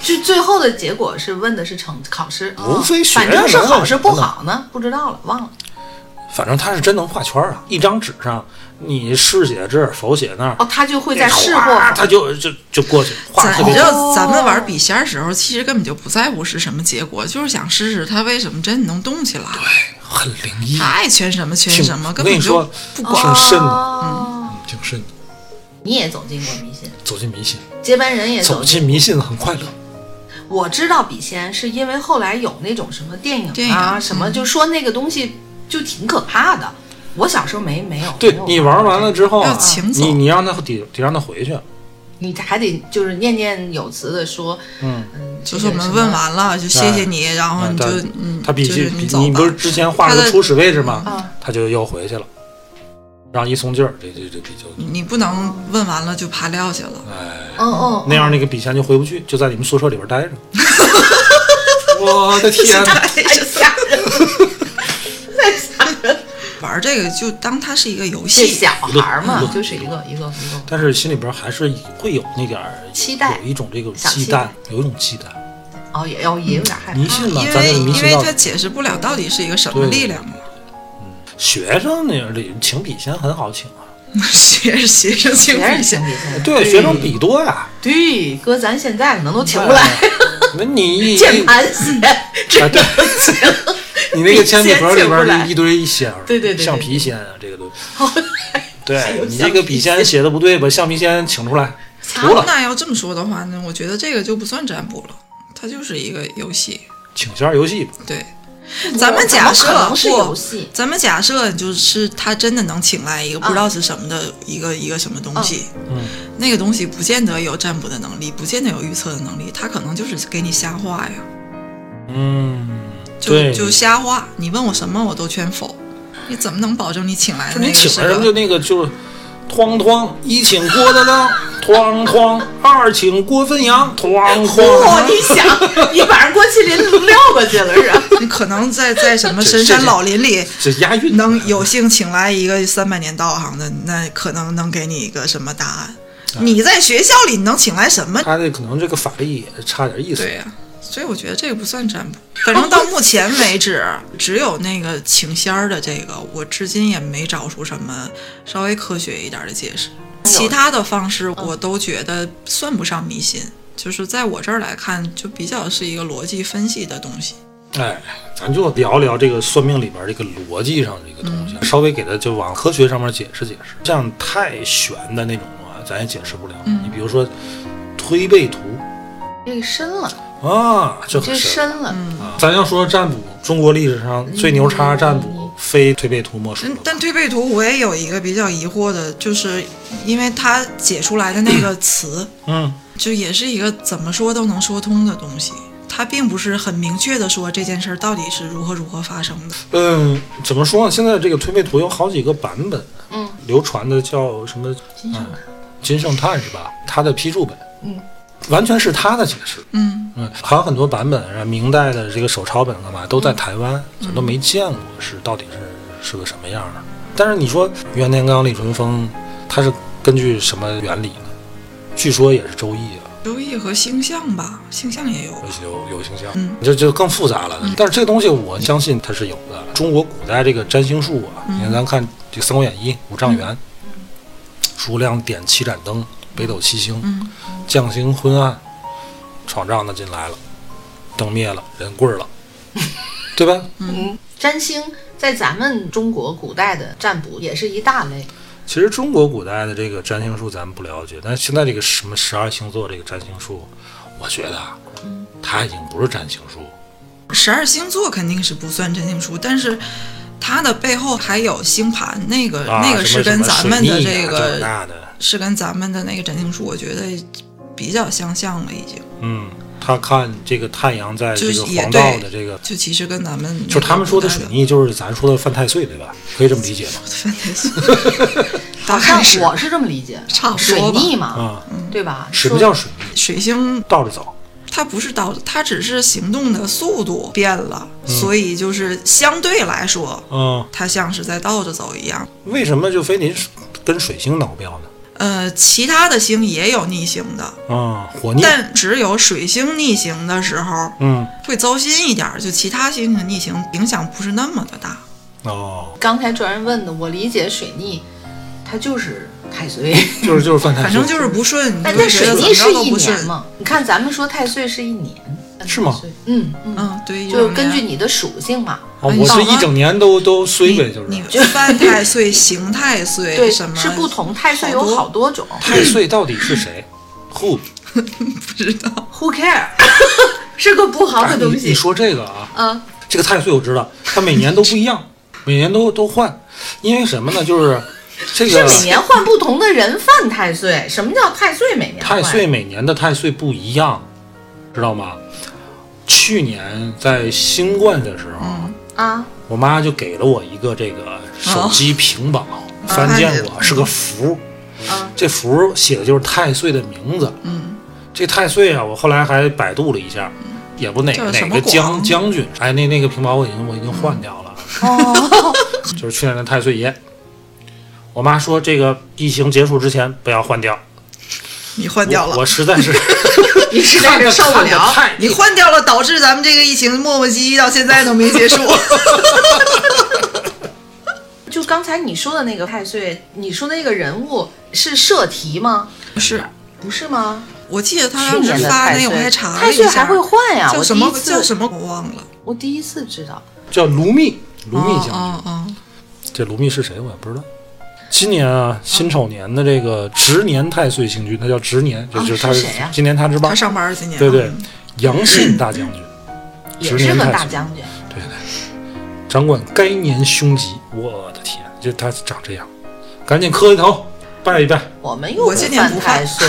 S2: 就最后的结果是问的是成考试，啊
S3: 无非学
S2: 反正是
S3: 生
S2: 好是不好呢？不知道了，忘了。
S3: 反正他是真能画圈啊，一张纸上你是写这儿，否写那儿，
S2: 哦，他就会在试或
S3: 哗他就就就过去，画
S1: 咱
S3: 特
S1: 你
S3: 别
S1: 知
S3: 准
S1: 道咱们玩笔仙儿时候，其实根本就不在乎是什么结果，就是想试试它为什么真的能动起来。
S3: 很灵异，
S1: 太圈什么圈
S3: 挺
S1: 啊什么，
S3: 我
S1: 根
S3: 跟
S1: 本
S3: 你
S1: 就
S3: 说
S1: 不
S3: 啊挺
S1: 管。
S3: 深的，
S2: 哦，
S3: 挺深的。
S2: 你也走进过迷信，
S3: 走进迷信，
S2: 接班人
S1: 哎
S2: 也
S3: 走
S2: 进。
S3: 进迷信很快乐，
S2: 我知道笔仙是因为后来有那种什么电
S1: 电
S2: 影
S1: 影
S2: 啊，
S1: 嗯
S2: 什么就说那个东西就挺可怕的。我小时候没没有，
S3: 对
S2: 没有
S3: 你玩完了之后
S1: 要
S3: 啊，
S1: 请走哦
S3: 你你让他得得让他回去，
S2: 你还得就是念念有词的说，
S3: 嗯，
S2: 嗯，
S1: 就是我们问
S2: 完。
S1: 完了，就谢谢你，然后
S3: 啊
S1: 你就
S3: 但
S1: 嗯，
S3: 他笔
S1: 就是
S3: 记
S1: 你
S3: 笔
S1: 走
S3: 你
S1: 吧
S3: 不是之前画了
S1: 他
S3: 个
S1: 的嗯
S3: 初始位置吗？
S2: 啊，
S3: 他就又回去了，然后一松劲儿，这这这笔就
S1: 你不能问完了就爬撂下了。
S3: 哎。
S2: 嗯嗯，
S3: 那样那个笔仙就回不去，就在你们宿舍里边待着。 我的天哪！
S2: 太吓人了，太吓人了。
S1: 玩这个就当它是一个游
S2: 这
S1: 戏，
S2: 小孩儿嘛
S3: 一，个
S2: 就是一个一个一个。
S3: 但是心里边还是会有那点儿
S2: 期待
S3: 有一种这个
S2: 小
S3: 忌惮
S2: 期待，
S3: 有一种忌惮。
S2: 哦，也要也有点害怕。
S3: 迷信嘛，
S1: 因
S3: 咱
S1: 为
S3: 这个迷
S1: 因
S3: 信
S1: 为
S3: 到
S1: 它解释不了到底是一个什么
S3: 对
S1: 力量嘛。
S3: 学生那里请笔仙很好请啊，
S1: 学着学生请
S2: 别人
S1: 笔
S2: 请
S1: 仙，
S2: 笔仙，
S3: 对，学生笔多呀，
S2: 对，哥，咱现在可能 都请不
S3: 哎
S2: 来，。
S3: 那你
S2: 键盘鞋，
S3: 啊，对，你那个铅笔盒里
S2: 笔仙请不来
S3: 边一堆仙儿，
S2: 对对对对
S3: 橡皮仙啊，这 个都。对你这个笔仙写的不对，把橡皮仙请出来，除了
S1: 那要这么说的话呢，我觉得这个就不算占卜了，它就是一个游戏。
S3: 请仙儿游戏吧。
S1: 对，咱们
S2: 怎
S1: 假
S2: 么
S1: 设
S2: 可能是
S1: 不
S2: 游戏
S1: 咱们假设就是他真的能请来一个不知道是什么的一个、一个什么东西，
S3: 嗯，
S1: 那个东西不见得有占卜的能力，不见得有预测的能力，他可能就是给你瞎画呀，
S3: 嗯，
S1: 就
S3: 对，
S1: 就瞎画。你问我什么我都全否，你怎么能保证你请来
S3: 就
S1: 的
S3: 你
S1: 那个
S3: 请
S1: 是
S3: 来人
S1: 个
S3: 就那个就是，哐哐一请郭德纲，哐哐二请郭汾阳，哐
S2: 哦，
S3: 哐。
S2: 你想，你把人郭麒麟撂过去了是吧？
S1: 你可能在在 什么深
S3: 这
S1: 山
S3: 这
S1: 老林里
S3: 这押韵的
S1: 能有幸请来一个三百年道行的，那可能能给你一个什么答案？
S3: 啊
S1: 你在学校里你能请来什么？
S3: 他这可能这个法力也差点意思。
S1: 对呀、所以我觉得这个不算占卜。反正到目前为 止，只有那个请仙儿的这个，我至今也没找出什么稍微科学一点的解释。其他的方式我都觉得算不上迷信，就是在我这儿来看，就比较是一个逻辑分析的东西。
S3: 哎，咱就聊聊这个算命里边这个逻辑上这个东西，稍微给它就往科学上面解释解释。像太玄的那种啊，咱也解释不了。你比如说推背图
S2: 这个深了，
S3: 啊，这
S2: 这
S3: 很深
S2: 深
S1: 嗯
S2: 了，
S3: 啊。咱要说占卜，中国历史上最牛叉占卜，非推背图莫属
S1: 但
S2: 嗯
S3: 了。
S1: 但推背图我也有一个比较疑惑的，就是因为它解出来的那个 词，
S3: 嗯，
S1: 就也是一个怎么说都能说通的东西，它并不是很明确的说这件事儿到底是如何如何发生的。
S3: 嗯，怎么说呢？现在这个推背图有好几个版本，
S2: 嗯，
S3: 流传的叫什么？
S2: 金圣
S3: 嗯金圣叹是吧？他的批注本，
S2: 嗯，
S3: 完全是他的解释。
S1: 嗯
S3: 嗯，还有很多版本，啊，明代的这个手抄本干嘛都
S2: 嗯
S3: 在台湾，咱都没见过是到底是是个什么样的。但是你说袁天罡、李淳风，他是根据什么原理呢？据说也是《周易》啊，
S1: 周易和星象吧，星象也有。
S3: 有有有形象，
S1: 嗯
S3: 这就更复杂了。但是这个东西我相信它是有的。中国古代这个占星术啊，
S1: 嗯
S3: 你看咱看这个《三国演义》五丈原，诸亮点七盏灯，北斗七星，
S1: 嗯
S3: 将星昏暗，闯帐的进来了，灯灭了，人棍儿 了，对吧？
S2: 嗯，占星在咱们中国古代的占卜也是一大类，
S3: 其实中国古代的这个占星术咱们不了解，但是现在这个什么十二星座这个占星术，我觉得啊，
S1: 嗯
S3: 它已经不是占星术。
S1: 十二星座肯定是不算占星术，但是它的背后还有星盘，那个、
S3: 啊、
S1: 那个
S3: 什
S1: 是
S3: 么
S1: 跟
S3: 什么
S1: 咱
S3: 水
S1: 们的
S3: 逆
S1: 这
S3: 啊
S1: 个
S3: 那的，
S1: 是跟咱们的那个占星术，我觉得比较相像了，已经
S3: 嗯，他看这个太阳在这
S1: 就
S3: 个
S1: 是也
S3: 黄道
S1: 对嗯
S3: 的这个，
S1: 就其实跟咱们那个
S3: 就是他们说的
S1: 古代
S3: 水逆，就是咱说的犯太岁，对吧？可以这么理解吗？
S1: 分类似
S2: 好
S1: 大概
S2: 像
S1: 是
S2: 我是这么理解，
S1: 差不
S2: 水
S1: 多吧
S2: 逆嘛，
S3: 啊、
S2: 对吧？
S3: 什么
S2: 说
S3: 叫水逆？
S1: 水星
S3: 倒着走，
S1: 它不是倒，它只是行动的速度变了，所以就是相对来说，
S3: 嗯，
S1: 它像是在倒着走一样。
S3: 为什么就非得跟水星闹标呢？
S1: 呃，其他的星也有逆行的，
S3: 啊、火逆，
S1: 但只有水星逆行的时候
S3: 嗯，
S1: 会糟心一点儿，就其他星的逆行影响不是那么的大。
S3: 哦，
S2: 刚才专人问的，我理解水逆，它就是太岁，
S3: 就是哎就是犯太岁，
S1: 反正就是不顺，你
S2: 但
S1: 就
S2: 但
S1: 觉
S2: 哎水
S1: 得怎
S2: 逆
S1: 么
S2: 是
S1: 着都
S2: 一
S1: 不
S2: 年
S1: 顺。
S2: 嘛？你看咱们说太岁是一年，
S3: 是吗？
S2: 嗯嗯，
S1: 嗯，对，
S2: 就
S1: 有
S2: 是根据
S1: 年
S2: 你的属性嘛。
S3: 哦
S1: 哎
S3: 我是
S1: 你懂
S3: 一
S1: 吗
S3: 整年都都衰呗，就
S1: 你
S3: 是。
S1: 你犯太岁、刑太岁，
S2: 对，
S1: 什么
S2: 是不同，太岁有好多 种。
S3: 太岁到底是谁？Who？
S1: 不知道。
S2: Who care？是个不好
S3: 哎
S1: 啊
S2: 的
S3: 你
S2: 东
S3: 你
S2: 西。
S3: 说这个啊，
S2: 嗯，
S3: 这个太岁我知道，它每年都不一样，每年都都换，因为什么呢？就是 这
S2: 是
S3: 个
S2: 每年换不同的人犯太岁。什么叫太岁每年
S3: 太
S2: 换？
S3: 岁每年的太岁不一样，知道吗？去年在新冠的时候，
S1: 嗯
S2: 啊，
S3: 我妈就给了我一个这个
S1: 哦
S3: 手机屏保，
S1: 啊
S3: 翻见过，是个符。
S2: 嗯
S3: 这符写的就是太岁的名字。
S1: 嗯，
S3: 这太岁啊，我后来还百度了一下，也不哪
S1: 叫什
S3: 哪
S1: 么
S3: 个将
S1: 广
S3: 将军，哎，那那个屏保我已经我已经换掉了，
S1: 嗯
S2: 哦，
S3: 就是去年的太岁爷。我妈说这个疫情结束之前不要换掉，
S1: 你换掉
S3: 我
S1: 了，
S3: 我实在是
S2: 你实在是受不
S3: 看着
S2: 了。
S3: 太
S1: 你换掉了，导致咱们这个疫情磨磨唧唧到现在都没 结束。
S2: 就刚才你说的那个太岁，你说的那个人物是设题吗？
S1: 是
S2: 不是吗？
S1: 我记得他
S2: 去
S1: 当时
S2: 年的
S1: 发
S2: 太
S1: 那
S2: 岁，
S1: 个，我还查了
S2: 太
S1: 一下，
S2: 岁还会换呀？
S1: 叫
S2: 我
S1: 什
S2: 第一
S1: 么叫
S2: 次，
S1: 什么我忘了。
S2: 我第一次知道。
S3: 叫卢密，卢密将军。
S1: 哦哦，
S3: 这卢密是谁我也不知道。今年啊，辛丑年的这个值年太岁星君，他叫值年，就
S2: 啊
S3: 就是他
S2: 是谁呀
S3: 今年他之
S1: 他
S3: 八，
S1: 上班儿今年
S3: 对对
S1: 嗯，
S3: 杨信大将军，
S2: 也
S3: 值
S2: 是
S3: 年
S2: 个
S3: 太
S2: 大
S3: 岁，
S2: 将军，
S3: 对对，掌管该年凶吉。我的天，就他长这样，赶紧磕一头拜一拜
S2: 我们又
S1: 我今年
S2: 不
S1: 不
S2: 太
S1: 犯
S2: 岁，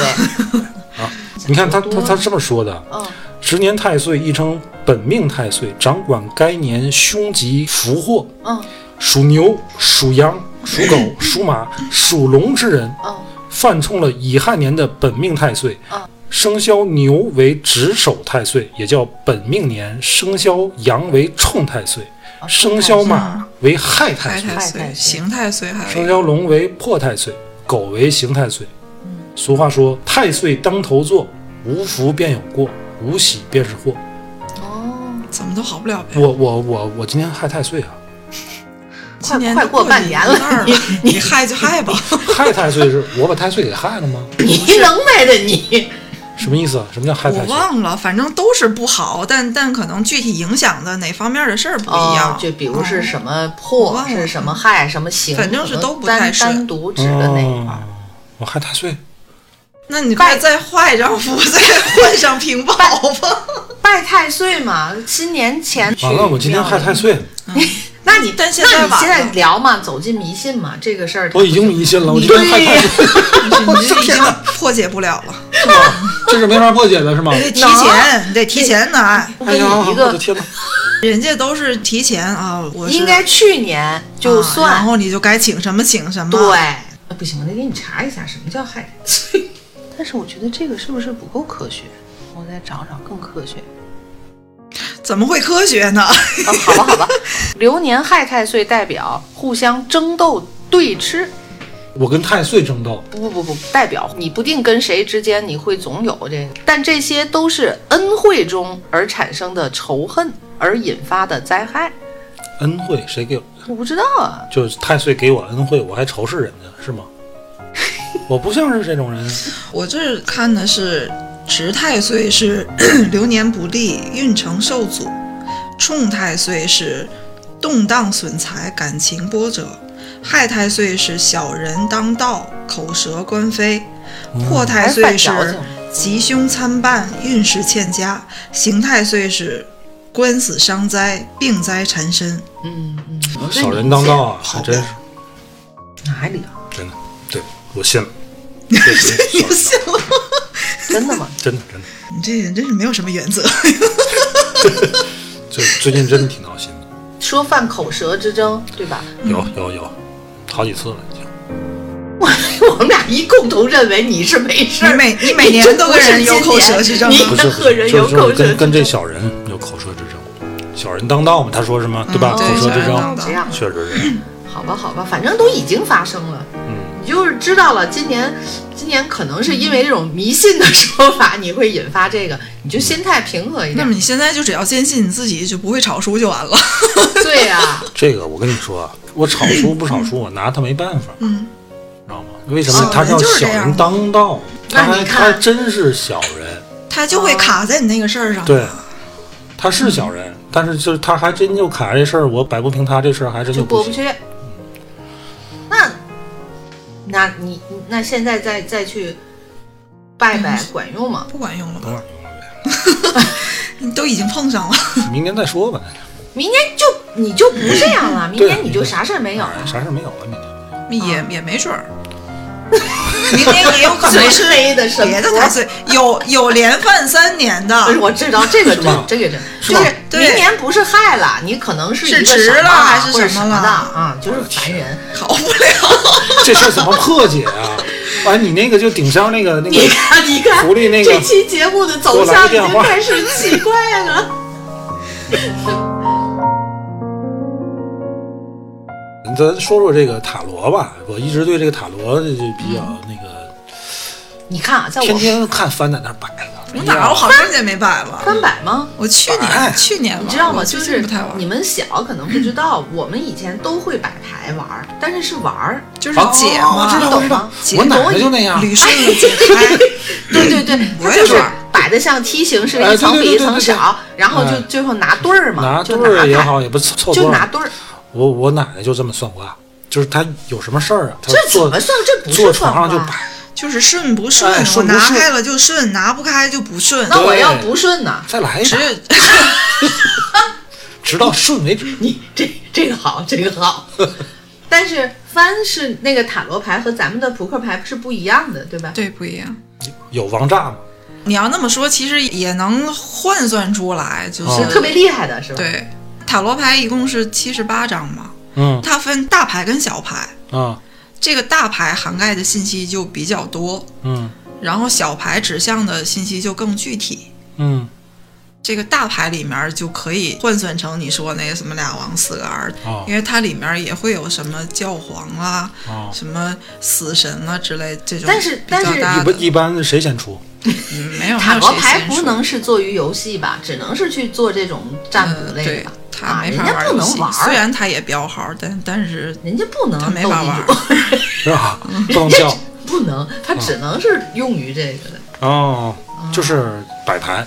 S3: 啊！你看他他他这么说的，
S2: 嗯，
S3: 十年太岁亦称本命太岁，掌管该年凶吉福祸，
S2: 嗯
S3: 属牛、属羊、属狗、属马、属龙之人，
S2: 嗯
S3: 犯冲了乙亥年的本命太岁
S2: 嗯。
S3: 生肖牛为值守太岁，也叫本命年；生肖羊为冲太岁，
S2: 啊
S3: 生肖马为亥太岁，
S1: 开太岁、刑太岁，还
S3: 生
S1: 有
S3: 肖龙为破太岁，狗为刑太岁。俗话说：“太岁当头坐，无福便有过，无喜便是祸。
S2: 哦，
S1: 怎么都好不了呗。
S3: 我”我我我今天亥太岁啊！
S1: 今年
S2: 快
S1: 都
S2: 过半年了
S1: 一半儿了，你害就害吧。
S3: 亥太岁是我把太岁给害了吗？
S2: 你能耐的你，
S3: 什么意思啊？什么叫亥
S1: 我
S3: 太岁？
S1: 忘了，反正都是不好，但但可能具体影响的哪方面的事 儿不一样。
S2: 哦，就比如是
S1: 嗯
S2: 什么
S1: 我
S2: 破，
S1: 忘了
S2: 是什么害，什么刑，
S1: 反正是
S2: 可能
S1: 都不
S2: 单
S1: 太顺
S2: 单独指的那一块儿
S3: 哦。我亥太岁，
S1: 那你快再画一张符，再换上屏保吧。
S2: 拜太岁嘛，新年前去
S3: 完了，我今天亥太岁，
S2: 那你
S1: 但现在
S2: 那你
S1: 晚
S2: 现在
S1: 了
S2: 聊嘛，走进迷信嘛，这个事儿
S3: 我已经迷信了，我今天
S2: 对
S3: 亥太岁。
S1: 你这已经破解不了了，
S3: 这是没法破解的，是吗？
S1: 你得提
S2: 啊
S1: 前，你得提前的啊。
S2: 我
S3: 哎
S2: 给
S3: 呀，
S2: 你一
S3: 我
S2: 个
S3: 的，天哪！
S1: 人家都是提前啊，我是
S2: 应该去年就
S1: 啊然
S2: 算
S1: 后你就该请什么请什么。
S2: 对，，那不行，我得给你查一下什么叫害太岁。 但是我觉得这个是不是不够科学？我再找找更科学。
S1: 怎么会科学呢？
S2: 啊，好吧，好吧。流年害太岁代表互相争斗对吃，
S3: 我跟太岁争斗，
S2: 不不不不，代表你不定跟谁之间你会总有这个，但这些都是恩惠中而产生的仇恨而引发的灾害。
S3: 恩惠谁给我？
S2: 我不知道啊，
S3: 就是太岁给我恩惠，我还仇视人家是吗？ 我不像是这种人，
S1: 我这看的是值太岁是 流年不利，运程受阻；冲太岁是动荡损财，感情波折；害太岁是小人当道，口舌官非；破太岁是
S2: 还是犯矫情
S1: 吉凶参半，运势欠佳；刑太岁是官司伤灾，病灾缠身。
S2: 嗯嗯，
S3: 小人当道啊，还真是
S2: 哪里啊？
S3: 真的。对，我信了，对对
S1: 你信了吗？
S2: 真的吗？
S3: 真的真的，
S1: 你这人真是没有什么原则。
S3: 就最近真的挺闹心的，
S2: 说犯口舌之争，对吧？
S3: 有有有，好几次了已经。
S2: 我我们俩一共同认为你是没事
S1: 你
S2: 儿，
S1: 每你每年
S2: 真
S1: 都
S2: 不
S1: 跟
S2: 是
S1: 人有
S2: 今
S1: 口舌
S2: 年
S1: 之争
S2: 你
S1: 吗
S3: 不是，
S2: 跟恶人
S3: 就
S2: 有
S3: 是
S2: 口
S3: 就是
S2: 舌
S3: 跟
S2: 之争
S3: 跟这小人有口舌之争，小人当道嘛，他说什么对吧？
S1: 嗯
S3: 口
S1: 对
S3: 舌
S1: 小
S3: 之
S1: 人
S3: 争
S1: 当，
S2: 这样
S3: 确实是，
S2: 好吧，好吧，反正都已经发生了，
S3: 嗯，
S2: 你就是知道了。今年，今年可能是因为这种迷信的说法，你会引发这个，你就心态平和一
S1: 那
S2: 点
S1: 么。你现在就只要坚信你自己，就不会炒书就完了。
S2: 对啊呀、
S3: 这个我跟你说啊，我炒书不炒书，我拿他没办法。
S1: 嗯，
S3: 知道吗？为什
S2: 哦
S3: 么他叫小人当道？他
S2: 那
S3: 还
S2: 你看
S3: 他真是小人，
S1: 他就会卡在你那个事
S2: 啊
S1: 儿上。
S3: 对，他是小人，但是就是他还真就卡这事儿，我摆不平他这事儿，还真
S2: 就
S3: 不
S2: 过不
S3: 行。
S2: 去。嗯那，那你那现在再再去拜拜
S3: 嗯
S2: 管用吗？
S1: 不管用了吧？
S3: 管
S1: 你 都已经碰上了，
S3: 明年再说吧，
S2: 哎明年就你就不这 样了，明
S3: 对
S2: 年你就啥事儿没有
S3: 哎
S2: 了。
S3: 啥事儿没有了，明年
S1: 也、
S3: 啊
S1: 也没准儿。明年也有可能是
S2: 黑的什么
S1: 别的太岁，有有连犯三年
S2: 不是，
S1: 的，
S2: 我知道这个
S3: 是
S2: 真
S3: 吗，
S2: 这个真，
S3: 是
S2: 就
S3: 吗
S2: 是
S1: 对
S2: 明年不是害了，你可能是一个
S1: 是迟
S2: 什么
S1: 了还是
S2: 或者
S1: 什
S2: 什
S1: 么
S2: 么的
S1: 了
S2: 啊？就是烦人。
S1: 好不了。
S3: 这事儿怎么破解 啊？完，你那个就顶上那个那
S2: 你
S3: 个，
S2: 看，你看，
S3: 狐狸那个
S2: 这期节目的走向已经开始奇怪了。
S3: 咱说说这个塔罗吧。我一直对这个塔罗就比较那个，
S2: 你看啊，在
S3: 天
S2: 嗯我
S3: 天看翻在那儿摆着。
S1: 我哪有好长时间没拜了？
S2: 翻版吗？
S1: 我去
S3: 哎
S1: 年去年
S2: 你知道
S1: 吗？
S2: 吗？
S1: 我
S2: 就
S1: 最
S2: 是
S1: 近不太玩
S2: 你，们小可能不知 道，我们以前都会摆牌玩儿，但是是玩儿，
S1: 就是
S3: 啊
S1: 解
S3: 我知
S1: 嘛，
S3: 道，我知道，我奶奶就那样。
S1: 捋顺
S2: 哎
S1: 了解 开。
S2: 对对对，
S1: 我
S2: 它
S1: 也
S2: 就是
S1: 玩儿
S2: 摆的像梯形似
S3: 哎
S2: 的，
S3: 对
S2: 一层
S3: 对
S2: 比
S3: 对
S2: 一
S3: 对
S2: 层
S3: 对对
S2: 少，然后就
S3: 哎
S2: 最后拿对儿嘛，
S3: 拿
S2: 就
S3: 对
S2: 拿
S3: 儿也
S2: 牌
S3: 好，也不凑凑
S2: 就
S3: 多
S2: 拿
S3: 少。
S2: 对儿，
S3: 我我奶奶就这么算卦，就是她有什么事儿啊，她
S2: 这怎
S3: 坐
S2: 么算？这不
S3: 坐
S2: 是
S3: 床
S2: 算
S3: 上就
S2: 卦。
S3: 摆，
S1: 就是顺不顺，
S3: 哎
S1: 我
S3: 顺不
S1: 拿
S3: 顺
S1: 开了就顺，拿不开就不顺。哎
S2: 那我
S3: 对
S2: 要不顺呢？
S3: 再来一把
S1: 只，
S3: 直到顺为止。
S2: 你这这个好，这个 好。但是翻是那个塔罗牌和咱们的扑克牌是不一样的，对吧？
S1: 对，不一样。
S3: 有王炸吗？
S1: 你要那么说，其实也能换算出来，就是、
S3: 哦
S2: 特别厉害的是吧？，
S1: 对。塔罗牌一共是七十八张嘛，
S3: 嗯
S1: 它分大牌跟小牌，
S3: 啊
S1: 这个大牌涵盖的信息就比较多，
S3: 嗯
S1: 然后小牌指向的信息就更具体。
S3: 嗯
S1: 这个大牌里面就可以换算成你说那个什么俩王四个儿，
S3: 哦
S1: 因为它里面也会有什么教皇啊、
S3: 啊！
S1: 什么死神啊之类这种
S2: 但是
S1: 比较
S2: 但是
S1: 大
S3: 一般
S1: 的，
S3: 一般谁先出？
S1: 嗯没有
S2: 塔
S1: 没
S2: 罗
S1: 有谁
S2: 牌
S1: 先
S2: 不
S1: 说
S2: 能是做于游戏吧，只能是去做这种占
S1: 呃
S2: 卜类
S1: 对
S2: 的吧。
S1: 他
S2: 啊
S1: 没
S2: 人
S1: 法
S2: 家
S1: 玩
S2: 不
S1: 游
S2: 能
S1: 戏，
S2: 玩儿
S1: 虽然他也标号，但但是
S2: 人家不能
S1: 他没法玩儿
S2: 斗 地主
S3: 是 吧？不能叫
S2: 不能，他只能是用于这个的。
S3: 哦，就是摆盘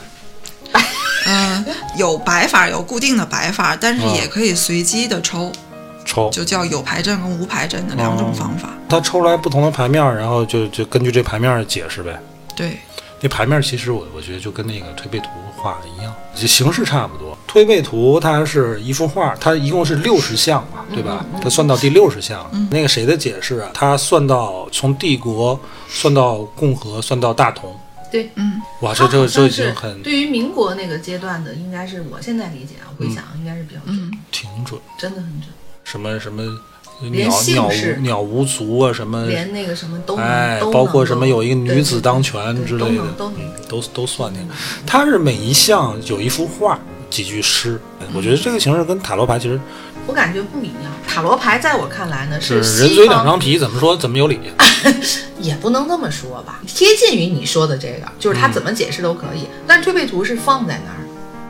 S1: 嗯、有摆法，有固定的摆法，但
S2: 嗯
S1: 是
S3: 啊
S1: 也可以随机的抽，
S3: 抽，
S1: 就叫有牌阵跟无牌阵的两种方
S2: 哦
S1: 法。
S3: 他抽来不同的牌面儿，然后就就根据这牌面儿解释呗。
S1: 对，
S3: 那牌面其实我我觉得就跟那个推背图画的一样，就形式差不多。推背图它是一幅画，它一共是六十项嘛，
S2: 嗯
S3: 对吧？它算到第六十项了。那个谁的解释啊？它算到从帝国算到共和，算到大同。
S2: 对，
S1: 嗯，
S3: 哇，啊这
S2: 他
S3: 这
S2: 啊好
S3: 这
S2: 像
S3: 已经
S2: 是
S3: 很嗯
S2: 对于民国那个阶段的，应该是我现在理解啊，回想应该是比较准，
S1: 嗯
S3: 挺准，
S2: 真的很准，
S3: 什么什么呃
S2: 连
S3: 鸟
S2: 姓
S3: 鸟
S2: 氏
S3: 无鸟无足啊，什么
S2: 连那个什么都
S3: 哎
S2: 能，都
S3: 包括
S2: 能
S3: 什么
S2: 够
S3: 有一个女
S2: 对
S3: 子当权之
S2: 对
S3: 类
S2: 都
S3: 的
S2: 能，都能。
S3: 都都算进来。它是每一项有一幅画，几句诗。
S1: 嗯
S3: 我觉得这个形式跟塔罗牌其实
S2: 我感觉不一样。塔罗牌在我看来呢
S3: 是人
S2: 西
S3: 嘴两
S2: 方，
S3: 张皮，怎么说怎么有理。
S2: 也不能这么说吧，贴近于你说的这个，就是他怎么解释都可以。
S3: 嗯
S2: 但推背图是放在那儿，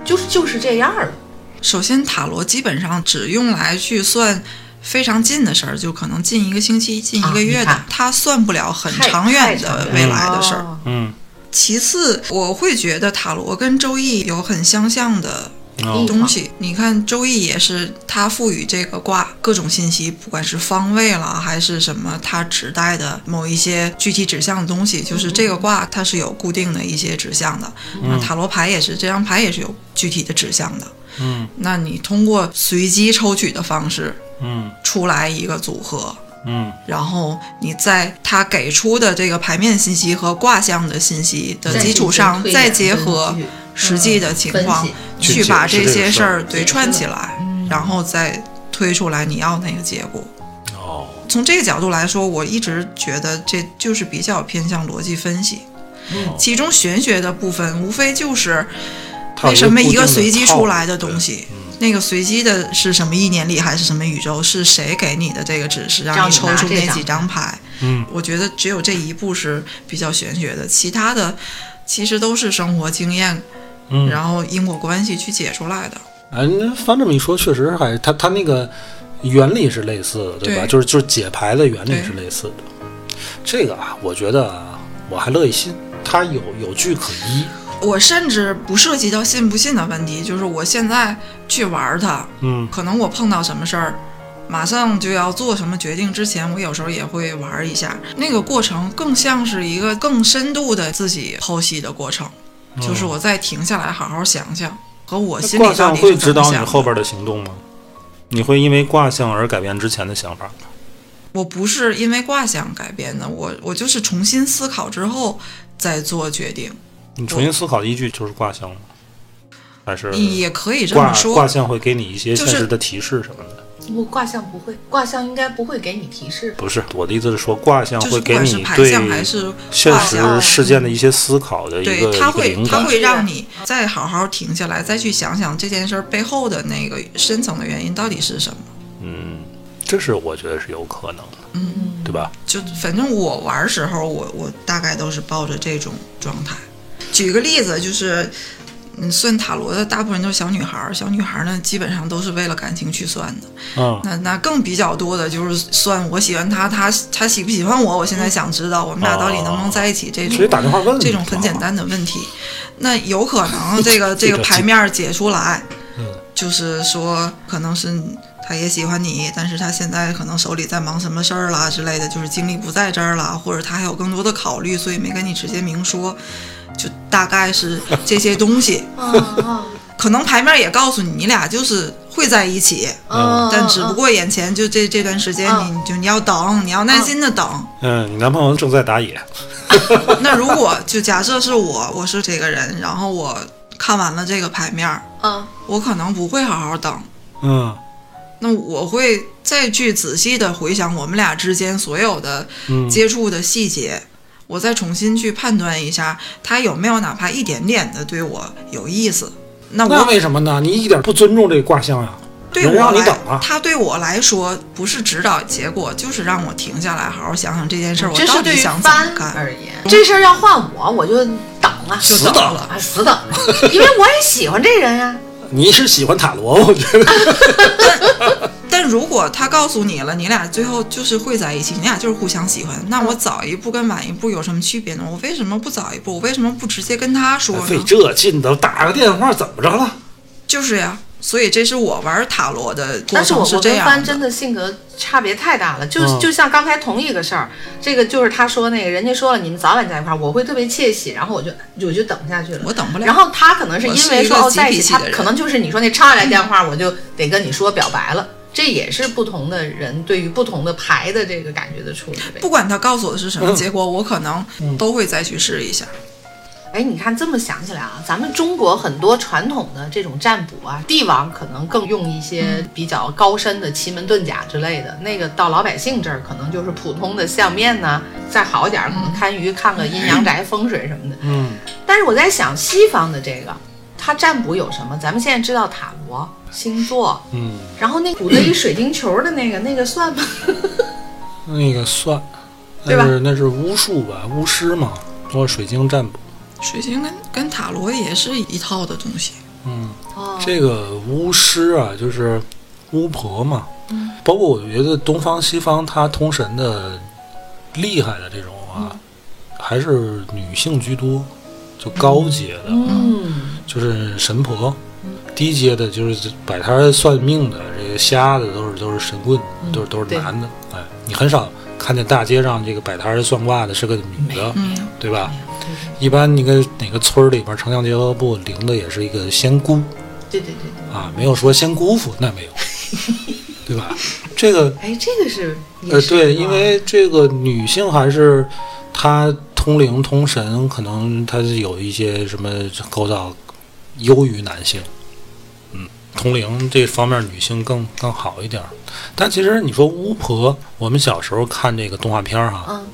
S2: 就是就是这样了。
S1: 首先塔罗基本上只用来去算。非常近的事儿，就可能近一个星期、近一个月
S2: 啊
S1: 的，
S2: 你看
S1: 它算不了很
S2: 太
S1: 长远
S2: 太
S1: 的
S2: 长
S1: 未
S2: 远了
S1: 来的事儿。
S2: 哦
S3: 嗯，
S1: 其次，我会觉得塔罗跟周易有很相像的
S3: 哦
S1: 东西。你看，周易也是它赋予这个卦各种信息，不管是方位了，还是什么，它指代的某一些具体指向的东西，就是这个卦它是有固定的一些指向的。那塔罗牌也是，这张牌也是有具体的指向的。
S3: 嗯
S1: 那你通过随机抽取的方式
S3: 嗯
S1: 出来一个组合，
S3: 嗯
S1: 然后你在他给出的这个牌面信息和卦象的信息的
S2: 再
S1: 基
S2: 进
S1: 础
S2: 行
S1: 上，
S2: 推
S1: 再
S2: 演
S1: 结
S2: 根
S1: 合
S2: 据
S1: 实际的情
S2: 分
S1: 况
S2: 析，
S3: 去
S1: 去把
S3: 解释
S1: 这
S3: 这个
S1: 些
S3: 事
S1: 事
S3: 儿
S1: 儿对串起来，
S2: 嗯
S1: 然后再推出来你要那个结果。
S3: 哦，
S1: 从这个角度来说，我一直觉得这就是比较偏向逻辑分析，嗯其中玄学的部分无非就是
S3: 哦它有
S1: 为什么
S3: 固
S1: 一
S3: 定
S1: 个
S3: 的
S1: 随机
S3: 套
S1: 出
S3: 路
S1: 来的东？西，那个随机的是什么意念力还是什么宇宙？是谁给你的这个指示，让
S2: 让
S1: 你
S2: 你
S1: 抽
S2: 拿
S1: 出
S2: 这
S1: 那
S2: 张
S1: 几张牌？
S3: 嗯，
S1: 我觉得只有这一步是比较玄学的，其他的其实都是生活经验，
S3: 嗯
S1: 然后因果关系去解出来的。
S3: 哎，那翻这么一说，确实还它它那个原理是类似的，对吧？
S1: 对
S3: 就是就是解牌的原理
S1: 对
S3: 是类似的。这个啊，我觉得啊我还乐意信，它有有据可依。
S1: 我甚至不涉及到信不信的问题，就是我现在去玩它，
S3: 嗯
S1: 可能我碰到什么事儿。马上就要做什么决定之前，我有时候也会玩一下，那个过程更像是一个更深度的自己剖析的过程，
S3: 哦
S1: 就是我再停下来好好想想，和我心
S3: 卦
S1: 里到
S3: 象
S1: 底
S3: 会
S1: 是
S3: 指
S1: 怎么
S3: 导你
S1: 想的。
S3: 后边的行动吗？你会因为卦象而改变之前的想法吗？
S1: 我不是因为卦象改变的，我我就是重新思考之后再做决定，
S3: 你重新思考的依据就是卦象吗？还是
S1: 也可以这
S3: 卦
S1: 么说
S3: 卦。象会给你一些
S1: 就
S3: 现
S1: 是
S3: 实的提示什么的？
S2: 我卦象不会，卦象应该不会给你提示。
S3: 不是，我的意思是说，卦象
S1: 就
S3: 会
S1: 是不
S3: 给
S1: 管是
S3: 你
S1: 牌
S3: 对
S1: 象还是
S3: 现
S1: 卦
S3: 实
S1: 象，
S3: 事件的一些思考的一个
S1: 对，
S3: 一
S1: 它
S3: 个
S1: 会
S3: 灵
S1: 它
S3: 感。
S1: 会让你再好好停下来，再去想想这件事儿背后的那个深层的原因到底是什么。
S3: 嗯，这是我觉得是有可能的，嗯，对吧？
S1: 就反正我玩儿时候，我我大概都是抱着这种状态。举个例子，就是嗯，算塔罗的大部分都是小女孩儿，小女孩儿呢基本上都是为了感情去算的。
S3: 嗯，
S1: 那那更比较多的就是算我喜欢他，他他喜不喜欢我，我现在想知道我们俩到底能不能在一起这种。
S3: 直接打电话问
S1: 这种很简单的问题，那有可能这个
S3: 这
S1: 这
S3: 个
S1: 个牌面儿解出来
S3: 嗯，
S1: 就是说可能是他也喜欢你，但是他现在可能手里在忙什么事儿啦之类的，就是精力不在这儿了，或者他还有更多的考虑，所以没跟你直接明说，就大概是这些东西。
S2: 啊啊，
S1: 可能牌面也告诉你，你俩就是会在一起，
S3: 嗯
S1: 但只不过眼前就这这段时间你，你就你要等，你要耐心的等。
S3: 嗯，你男朋友正在打野，
S1: 那如果就假设是我，我是这个人，然后我看完了这个牌面，
S2: 嗯
S1: 我可能不会好好等，
S3: 嗯
S1: 那我会再去仔细的回想我们俩之间所有的
S3: 嗯
S1: 接触的细节，我再重新去判断一下他有没有哪怕一点点的对我有意思。那
S3: 那
S1: 我
S3: 为什么呢？你一点不尊重这个卦象呀？
S1: 对
S3: 能
S1: 我
S3: 让你
S1: 来，
S3: 等啊
S1: 他对我来说不是指导结果，就是让我停下来好好想想这件事儿，我
S2: 嗯这
S1: 到
S2: 是对
S1: 底
S2: 于
S1: 想怎么
S2: 帆
S1: 干。
S2: 而言，这事儿要换我，我就等啊，
S3: 死等了
S2: 啊，死等了， 因为我也喜欢这人呀。
S3: 你是喜欢塔罗？我觉得
S1: 但如果他告诉你了，你俩最后就是会在一起，你俩就是互相喜欢，那
S3: 嗯
S1: 我早一步跟晚一步有什么区别呢？我为什么不早一步？我为什么不直接跟他说
S3: 费
S1: 呢？
S3: 这劲的，打个电话怎么着了？
S1: 就是呀，所以这是我玩塔罗的过
S2: 但是我
S1: 程
S2: 我
S1: 这
S2: 跟
S1: 样
S2: 帆真的性格差别太大了，就、
S3: 嗯
S2: 就像刚才同一个事儿，这个就是他说那个，人家说了你们早晚在一块儿，我会特别窃喜，然后我就我就等下去了。
S1: 我等不了。
S2: 然后他可能是因为说
S1: 我
S2: 哦
S1: 是一个
S2: 在
S1: 极
S2: 一
S1: 脾
S2: 起，
S1: 气
S2: 他
S1: 的人
S2: 可能就是你说那插下来电话，我就得跟你说表白了。这也是不同的人对于不同的牌的这个感觉的处理呗。
S1: 不管他告诉我的是什么
S3: 嗯
S1: 结果，我可能都会再去试一下。
S2: 哎，你看这么想起来啊，咱们中国很多传统的这种占卜啊，帝王可能更用一些比较高深的奇门遁甲之类的，那个到老百姓这儿可能就是普通的相面呐、再好一点儿可能看鱼看个阴阳宅风水什么的。
S3: 嗯，
S2: 但是我在想西方的这个，它占卜有什么？咱们现在知道塔罗、星座，
S3: 嗯，
S2: 然后那鼓的一水晶球的那个，那个算吗？
S3: 嗯那个算，
S2: 对吧
S3: 那是那是巫术吧，巫师嘛，或水晶占卜。
S1: 水晶跟跟塔罗也是一套的东西，
S3: 嗯，
S2: 哦
S3: 这个巫师啊，就是巫婆嘛。
S2: 嗯
S3: 包括我觉得东方西方它通神的厉害的这种啊，还是女性居多，就高阶的，
S2: 嗯，
S3: 就是神婆。低阶的就是摆摊儿算命的，这个瞎的都是都是神棍，
S2: 嗯
S3: 都是都是
S2: 对
S3: 男的。哎，你很少看见大街上这个摆摊儿算卦的是个女的，
S1: 嗯，
S3: 对吧？一般你跟哪个村儿里边儿城乡结合部领的也是一个仙姑
S2: 对对对对，
S3: 啊，没有说仙姑父那没 有，对吧？这个
S2: 哎，这个是也
S3: 呃，
S2: 是
S3: 对，
S2: 啊
S3: 因为这个女性还是她通灵通神，可能她是有一些什么构造优于男性。嗯，通灵这方面女性更更好一点儿。但其实你说巫婆，我们小时候看这个动画片儿哈，
S2: 嗯，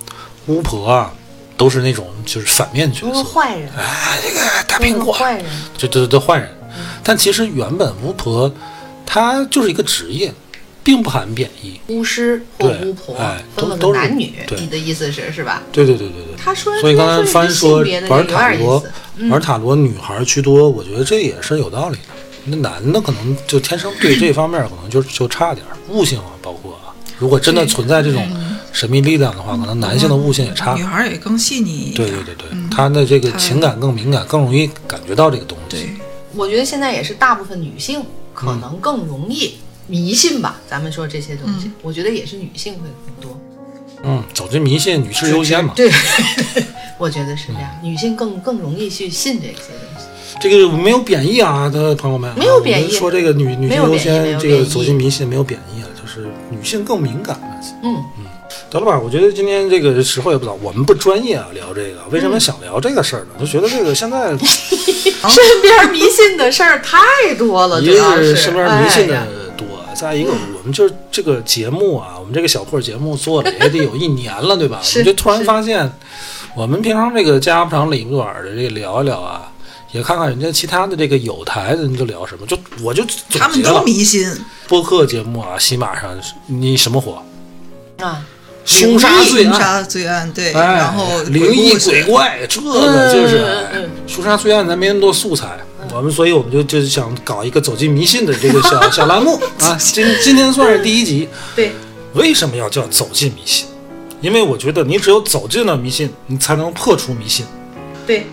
S3: 巫婆啊都是那种就是反面角
S2: 都是
S3: 色，
S2: 坏人，
S3: 哎大
S2: 都
S3: 苹
S2: 是
S3: 果，
S2: 坏人，
S3: 这这这坏人。但其实原本巫婆她就是一个职业，并不含贬义。
S2: 巫师或
S3: 对
S2: 巫婆
S3: 哎
S2: 分了
S3: 都
S2: 个
S3: 都是
S2: 男女，
S3: 对
S2: 你的意思是是吧？
S3: 对对对对对。
S2: 他说，
S3: 所以刚才
S2: 他
S3: 帆说
S2: 一个性别的
S3: 玩
S2: 有
S3: 塔
S2: 点意
S3: 罗
S2: 思，，
S3: 玩塔罗女孩居多，我觉得这也是有道理的。那男的可能就天生对这方面可能就就差点儿悟性啊，包括啊，如果真的存在这种
S2: 嗯
S3: 神秘力量的话，可能男性的悟性也差
S1: 女。孩儿也更细腻一点。嗯
S3: 对对对对，
S2: 嗯
S3: 他的这个
S1: 他
S3: 情感更敏感，更容易感觉到这个东西。
S1: 对
S2: 我觉得现在也是大部分女性可能更容
S3: 嗯
S2: 易迷信吧，咱们说这些东西，我觉得也是女性会更多。
S3: 嗯，走进迷信，女士优先嘛。
S2: 对， 我觉得是这样，
S3: 嗯
S2: 女性更更容易去信这些东西。嗯
S3: 这个没有贬义啊，的朋友们啊，
S2: 没有贬义
S3: 我们说这个女女
S2: 没
S3: 性
S2: 有
S3: 优
S2: 贬义没
S3: 先，
S2: 有
S3: 这
S2: 贬
S3: 个
S2: 义
S3: 走进迷信没有贬义啊，就是女性更敏感了。
S2: 嗯，
S3: 得了吧，我觉得今天这个时候也不早，我们不专业啊，聊这个，为什么想聊这个事儿呢？就觉得这个现 在
S2: 身边迷信的事儿太多了，
S3: 一
S2: 主要
S3: 个是身边迷信
S2: 哎呀
S3: 的多，再一个我们就是这个节目啊，我们这个小破节目做了也得有一年了，对吧？ 我
S2: 是
S3: 们就突然发现，我们平常这个家不长里不短的这聊一聊啊。也看看人家其他的这个有台的人都聊什么，就我就总
S1: 他们
S3: 结
S1: 都
S3: 了
S1: 迷信，
S3: 播客节目啊，喜马上你什么火？
S2: 啊，
S3: 凶杀罪啊
S1: 凶
S3: 案，
S1: 杀罪案，对，
S3: 哎
S1: 然后
S3: 灵异鬼
S1: 故事，
S3: 怪，这个就是
S2: 嗯嗯嗯
S3: 凶杀罪案，咱没那么多素材。我们所以我们就就想搞一个走进迷信的这个小小栏目啊，今今天算是第一集。
S2: 对，
S3: 为什么要叫走进迷信？因为我觉得你只有走进了迷信，你才能破除迷信，
S2: 对，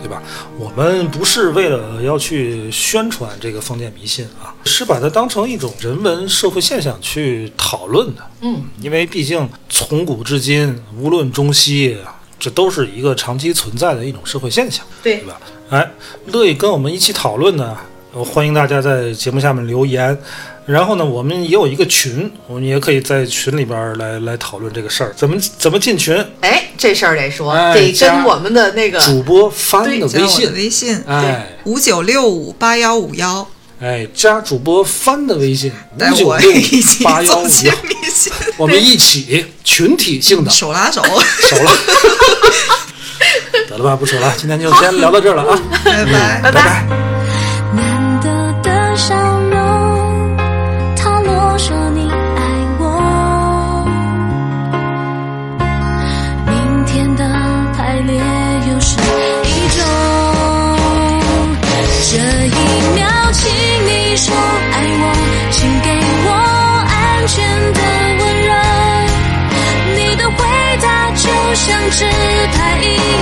S3: 对吧？我们不是为了要去宣传这个封建迷信啊，是把它当成一种人文社会现象去讨论的。
S2: 嗯，
S3: 因为毕竟从古至今，无论中西，啊这都是一个长期存在的一种社会现象，
S2: 对
S3: 对，吧？哎，乐意跟我们一起讨论的呃欢迎大家在节目下面留言。然后呢，我们也有一个群，我们也可以在群里边儿来来讨论这个事儿，怎么怎么进群？
S2: 哎，这事儿得说，
S3: 哎
S2: 得
S3: 加
S2: 跟我们的那个
S3: 主播帆的
S1: 加
S3: 微
S1: 我的
S3: 信，
S1: 微信
S3: 哎
S1: 五九六五八幺五幺，
S3: 哎，加主播帆的微信
S1: 带
S3: 五九
S1: 我
S3: 六
S1: 一起
S3: 八幺
S1: 走
S3: 五
S1: 进
S3: 幺，
S1: 迷信，
S3: 我们一起群体性的
S1: 手拉手，
S3: 熟 了。得了吧，不扯了，今天就先聊到这儿了啊，
S1: 拜拜。
S3: 拜
S2: 拜
S3: 拜。
S4: 难得的笑容，套落说你爱我。明天的排列又是一种，这一秒，请你说爱我，请给我安全的温柔。你的回答就像纸牌一样。